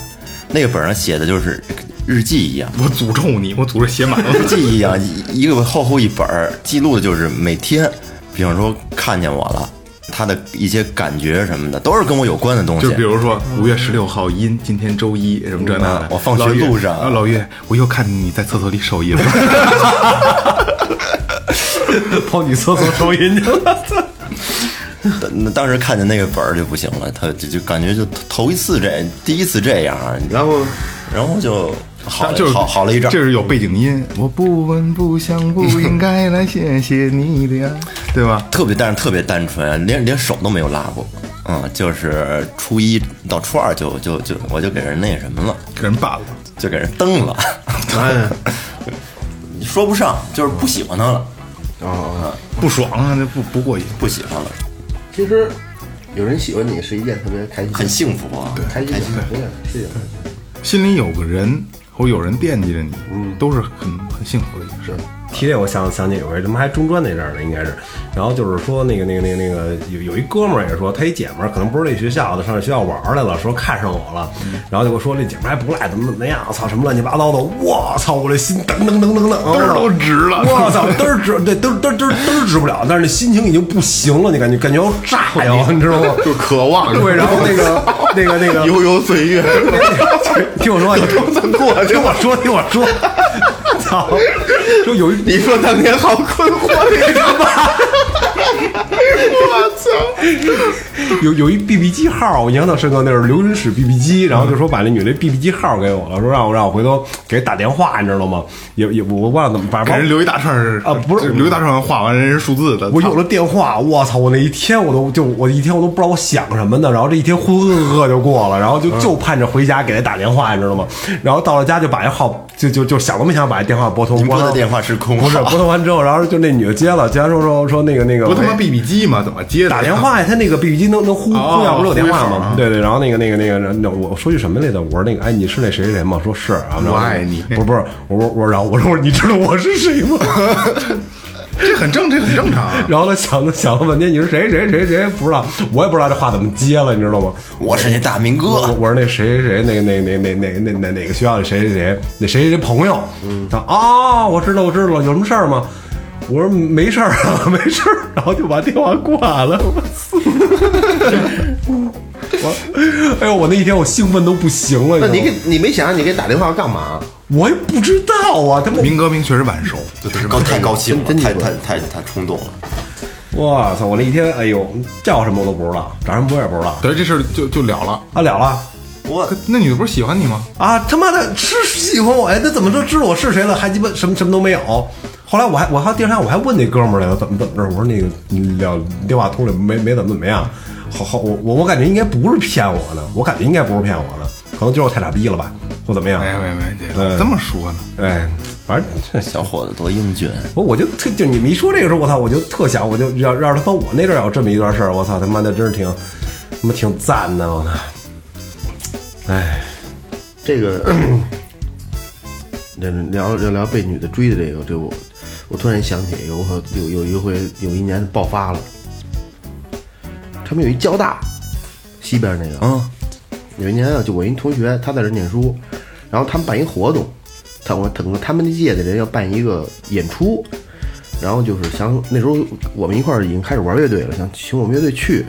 S6: 那个本儿上写的就是日记一样，
S4: 我诅咒你，我诅咒写满 了。
S6: 日记一样，一一个厚厚一本儿，记录的就是每天，比方说看见我了，她的一些感觉什么的，都是跟我有关的东西。
S4: 就比如说五月十六号阴，今天周一什么这那的
S6: 嗯。我放学
S4: 老岳
S6: 路上
S4: 啊老岳，我又看你在厕所里手淫了。
S7: 跑女厕所抽烟去了。
S6: 当那当时看见那个本儿就不行了，他就就感觉就头一次这第一次这样，啊
S5: 然后
S6: 然后就好了
S4: 啊就是
S6: 好好了一阵儿。
S4: 这是有背景音。我不闻不想不应该来谢谢你的呀，对吧？
S6: 特别，但是特别单纯，连连手都没有拉过。嗯，就是初一到初二就就就我就给人那什么了，
S4: 给人办了。
S6: 就给人蹬了，
S5: 哎，
S6: 说不上，就是不喜欢他了，
S4: 不爽啊，那不不过瘾。
S6: 不喜欢了，
S5: 其实有人喜欢你是一件特别开心的
S6: 很
S5: 事、
S6: 幸福啊。
S5: 开心的事情，是的
S4: 心里有个人或者有人惦记着你，都是很很幸福的一件事。
S7: 提这，我想想起有回他妈还中专那阵儿呢，应该是，然后就是说那个那个那个那个有有一哥们儿也说，他一姐们儿可能不是那学校的，上这学校玩儿来了，说看上我了，
S4: 嗯
S7: 然后就跟我说那姐们儿还不赖，怎么怎么样，操什么乱七八糟的，我操我这心噔噔噔噔噔，嘚
S4: 儿都直了
S7: 我操嘚儿直，对嘚儿嘚儿嘚儿嘚儿直不了，但是那心情已经不行了，你感觉感觉要炸
S4: 哎
S7: 掉，你知道吗？
S5: 就渴望
S7: 对，然后那 个那个那个
S5: 悠悠岁月，
S7: 听我说，你听我说，听我 说，操！就有一
S5: 你说当年好困 惑呀，
S7: 有有一 BB 机号，我印象特深刻，那是刘云史 BB 机，然后就说把那女的 BB 机号给我了，说让我让我回头给打电话，你知道吗？也也我忘了怎么办，
S4: 给人留一大串儿
S7: 啊不是
S4: 留一大串儿画完人是数字的。
S7: 我有
S4: 操
S7: 了电话，我操！我那一天我都就我一天我都不知道我想什么呢，然后这一天浑浑噩噩就过了，然后就
S4: 嗯
S7: 就盼着回家给他打电话，你知道吗？然后到了家就把这号就就就想都没想把这电话拨通，
S6: 您拨的
S7: 完
S6: 电话是空
S7: 不是
S6: 号
S7: 拨通完之后，然后就那女的接了，接完之后说说那个那个
S4: 不他妈 BB 机吗？怎么接的？
S7: 打电话呀，他那个 BB 机能能呼
S4: 哦
S7: 呼叫不是有电话
S4: 呼一声
S7: 吗
S4: 啊？
S7: 对对，然后那个那个那个，那我说句什么来着？我说那个，哎，你是那谁谁谁吗？说是，啊然后然后
S4: 我爱你
S7: 不是不是，我说我说，然后我说你知道我是谁吗？
S4: 这很正，这很正常啊。
S7: 然后他想了想了半天，你是谁谁谁谁不知道，我也不知道这话怎么接了，你知道吗？
S6: 我是那大明
S7: 我
S6: 哥，
S7: 我是那谁谁谁那那那那那那那
S5: 嗯
S7: 哪个学校的谁谁谁那谁谁谁朋友，他啊，我知道我知道了，有什么事儿吗？我说没事儿啊， 没事儿，然后就把电话挂了。我操！我，哎呦，我那一天我兴奋都不行了。
S5: 那你
S7: 知道
S5: 给
S7: 吗
S5: 你没想想你给打电话干嘛？
S7: 我也不知道啊，他 妈，
S4: 明哥明确实晚 熟，
S8: 就是高太高兴了，
S5: 真
S8: 太
S5: 真
S8: 太太太冲动了。
S7: 我操！我那一天，哎呦，叫什么我都不知道，长什么我也不知道。
S4: 得这事儿就就了了。
S7: 啊，了了
S8: 我
S4: 可那女的不是喜欢你吗？
S7: 啊，他妈的是喜欢我呀？哎那怎么就知道我是谁了？还鸡巴什么什么都没有。后来我还我还第二天我还问那哥们儿来了，怎么怎么着？我说那个你聊电话通里没没怎么怎么样。好好，我我我感觉应该不是骗我的，我感觉应该不是骗我的，可能就是我太傻逼了吧，或怎么样？
S4: 没没没，
S5: 嗯
S4: 这这么说呢？
S7: 哎，反正这
S6: 小伙子多英俊，
S7: 我我就特就你们一说这个时候，我操，我就特想，我就要要是他妈我那阵儿有这么一段事儿，我操他妈的真是挺他妈挺赞的，我操！哎，
S5: 这个 聊聊聊聊被女的追的这个，这我我突然想起有个有有一回有一年爆发了，他们有一交大西边那个，
S6: 嗯，
S5: 有一年啊，就我一同学他在这念书，然后他们办一活动，他我整个他们那届的人要办一个演出，然后就是想那时候我们一块儿已经开始玩乐队了，想请我们乐队去，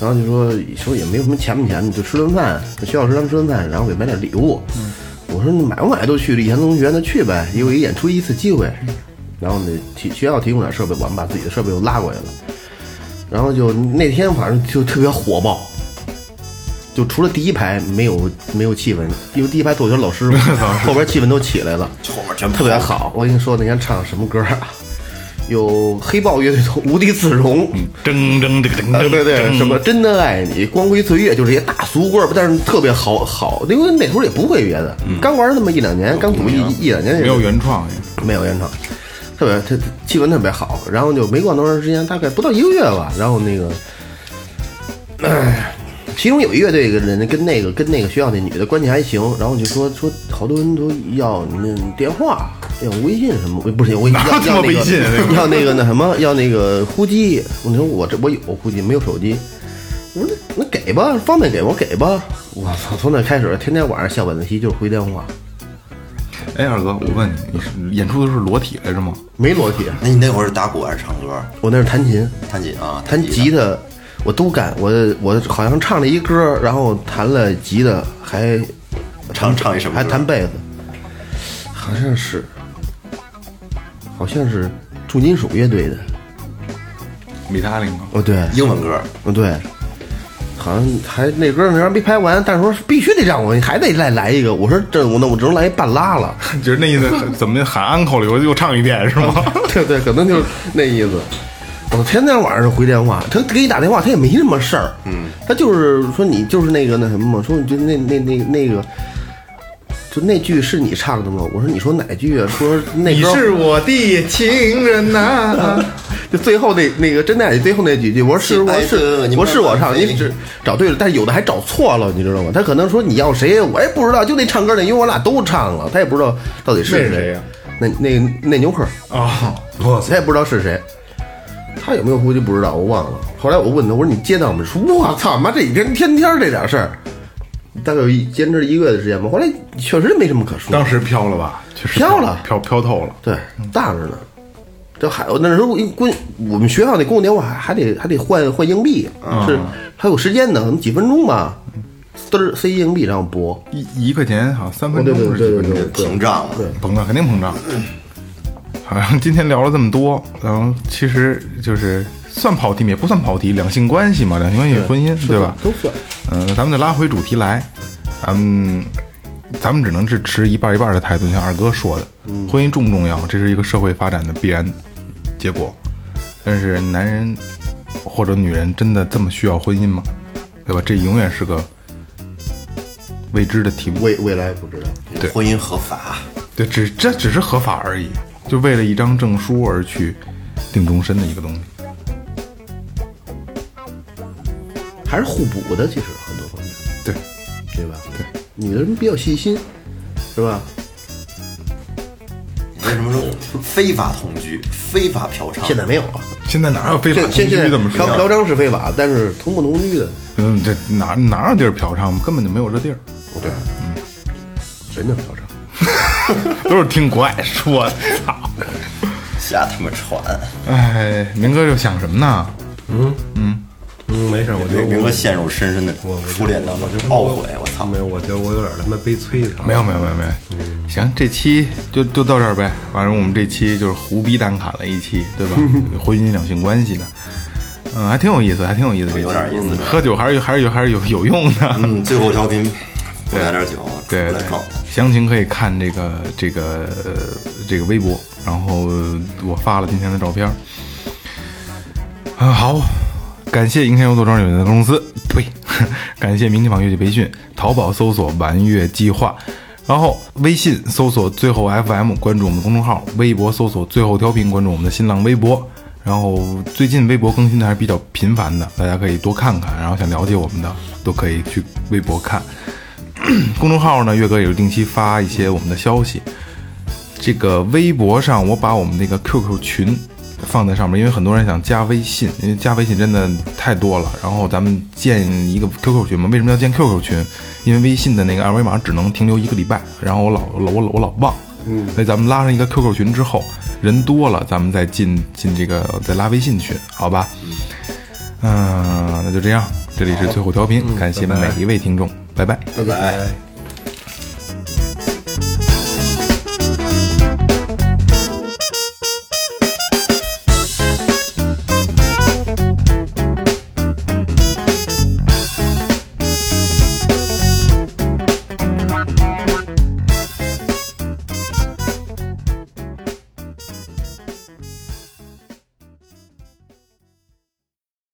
S5: 然后就说说也没有什么钱不钱，就吃顿饭，在学校食堂吃顿饭，然后给买点礼物。我说那买不买都去，以前同学那去呗，也有一演出一次机会。然后呢，提学校提供点设备，我们把自己的设备又拉过来了。然后就那天反正就特别火爆，就除了第一排没有没有气氛，因为第一排都有 老师嘛，后边气氛都起来了，
S8: 后面全
S5: 特别好。我跟你说那天唱什么歌啊？有黑豹乐队的《无地自容》，
S4: 嗯铮铮这个铮
S5: 啊，
S4: 铮，
S5: 对对，
S4: 铮
S5: 什么真的爱你、光辉岁月，就是一些大俗歌，但是特别好好，因为那时候也不会别的，刚玩那么一两年，刚组一一一两年也
S4: 嗯没有原创啊也，
S5: 没有原唱，特别他气氛特别好，然后就没过多长时间，大概不到一个月吧，然后那个，唉其中有一乐队的人跟那个跟那个学校那女的关系还行，然后就说说好多人都要你那电话，要微信什么，不是要微信，
S4: 哪他
S5: 要
S4: 妈
S5: 要那
S4: 微信啊这
S5: 个
S4: 个
S5: 要那个那什么，要那个呼机。我说我这我有呼机，没有手机。我说那那给吧，方便给我给吧。我操！从那开始，天天晚上下晚自习就是回电话，
S4: 哎，二哥，我问你，你是演出的是裸体来着吗？
S5: 没裸体，
S8: 那你那会儿是打鼓还是唱歌？
S5: 我那是弹琴。
S8: 弹吉啊，
S5: 弹吉
S8: 他。
S5: 他我都干，我我好像唱了一歌，然后弹了吉他，还
S8: 唱唱一什么
S5: 还
S8: 歌
S5: 弹贝斯，好像是，好像是重金属乐队的，
S4: 米塔林吗？
S5: 哦对，
S8: 英文歌，
S5: 哦对，好像还那歌那时候没拍完，但是说必须得让我还得再来一个，我说这我那我只能来一半拉了，
S4: 就是那意思，怎么喊 uncle 里又又唱一遍是 吗？
S5: 对对，可能就是那意思。我天天晚上回电话，他给你打电话，他也没什么事儿，嗯，他就是说你就是那个那什么嘛，说你就那那那那个，就那句是你唱的吗？我说你说哪句啊？说那
S4: 哎
S5: 歌
S4: 我的情人呐、
S5: 就最后那那个真爱最后那几句，我说是
S8: 亲爱
S5: 我
S8: 的
S5: 是
S8: 你们
S5: 我是我唱，
S8: 飞
S5: 你只找对了，但是有的还找错了，你知道吗？他可能说你要谁，我也不知道，就那唱歌那，因为我俩都唱了，他也不知道到底
S4: 那
S5: 是
S4: 是谁呀
S5: 那那那牛克，
S4: 哦
S7: 我操！
S5: 他也不知道是谁，他有没有呼吸不知道，我忘了。后来我问他，我说你接到我们说，我操妈，这几天天天这点事儿，大概有一坚持一个月的时间吧。后来确实没什么可说，
S4: 当时飘了吧？确实
S5: 飘了
S4: 飘飘透了。
S5: 对大着呢。这还有那时候公我们学校那公用电话还还得还得换换硬币，啊
S4: 啊
S5: 是还有时间呢，可能几分钟吧，嘚儿塞硬币然后拨。
S4: 一一块钱好像三
S5: 哦
S4: 分
S5: 对
S4: 钟
S5: 对
S4: 是几
S5: 对对
S4: 分钟
S5: 对，对
S8: 膨胀
S6: 啊
S8: 了。
S4: 膨胀肯定膨胀。好像今天聊了这么多，然后其实就是算跑题吗也不算跑题，两性关系嘛，两性关系与婚姻对吧？
S5: 都算。
S4: 嗯，咱们就拉回主题来，咱们咱们只能是持一半一半的态度，像二哥说的，婚姻重不重要？这是一个社会发展的必然结果。但是男人或者女人真的这么需要婚姻吗？对吧？这永远是个未知的题目。
S5: 未未来不知道，
S4: 对
S8: 婚姻合法，
S5: 啊
S4: 对，只这只是合法而已，就为了一张证书而去定终身的一个东西。
S5: 还是互补的，其实很多方面。
S4: 对，
S5: 对吧？对，女的人比较细心，是吧？
S8: 为什么说非法同居、非法嫖娼？
S5: 现在没有了，
S4: 现在哪有非法
S5: 现
S4: 同
S5: 现
S4: 居
S5: 现在
S4: 这啊么说
S5: 嫖嫖
S4: 啊？
S5: 娼是非法，但是同不同居的，
S4: 嗯，这哪哪有地儿嫖娼？根本就没有这地儿，
S5: 对，嗯，谁能嫖娼？
S4: 都是听国外说的。操！
S6: 瞎他妈传。
S4: 哎，明哥就想什么呢？
S7: 嗯，没事，我觉得
S6: 明
S7: 我
S6: 哥陷入深深的初恋当中，懊悔，我操！
S7: 没有，我觉得我有点他妈悲催的。
S4: 没有，没有，没有，没有。行，这期就就到这儿呗。反正我们这期就是胡逼单侃了一期，对吧？婚姻两性关系的，嗯，还挺有意思，还挺有意思这期，
S6: 有点意思
S4: 嗯喝酒还是有还是有还是有有用的。
S6: 嗯，最后调频，我来点酒，出
S4: 对
S6: 来
S4: 对
S6: 状态。，
S4: 详情可以看这个这个呃这个微博，然后呃我发了今天的照片儿。啊，好，感谢银山游做装饰有限公司，呸， 感谢明天坊乐器培训，淘宝搜索“玩乐计划”，然后微信搜索“最后 FM”，关注我们的公众号；微博搜索“最后调频”，关注我们的新浪微博。然后最近微博更新的还是比较频繁的，大家可以多看看，然后想了解我们的都可以去微博看。公众号呢，月哥也是定期发一些我们的消息。这个微博上，我把我们那个 QQ 群放在上面，因为很多人想加微信，因为加微信真的太多了。然后咱们建一个 QQ 群嘛，为什么要建 QQ 群？因为微信的那个二维码只能停留一个礼拜，然后我老我老我老忘，嗯，所以咱们拉上一个 QQ 群之后，人多了，咱们再进进这个再拉微信群，好吧？嗯、那就这样，这里是最后调频，感谢每一位听众，拜拜
S5: 拜拜。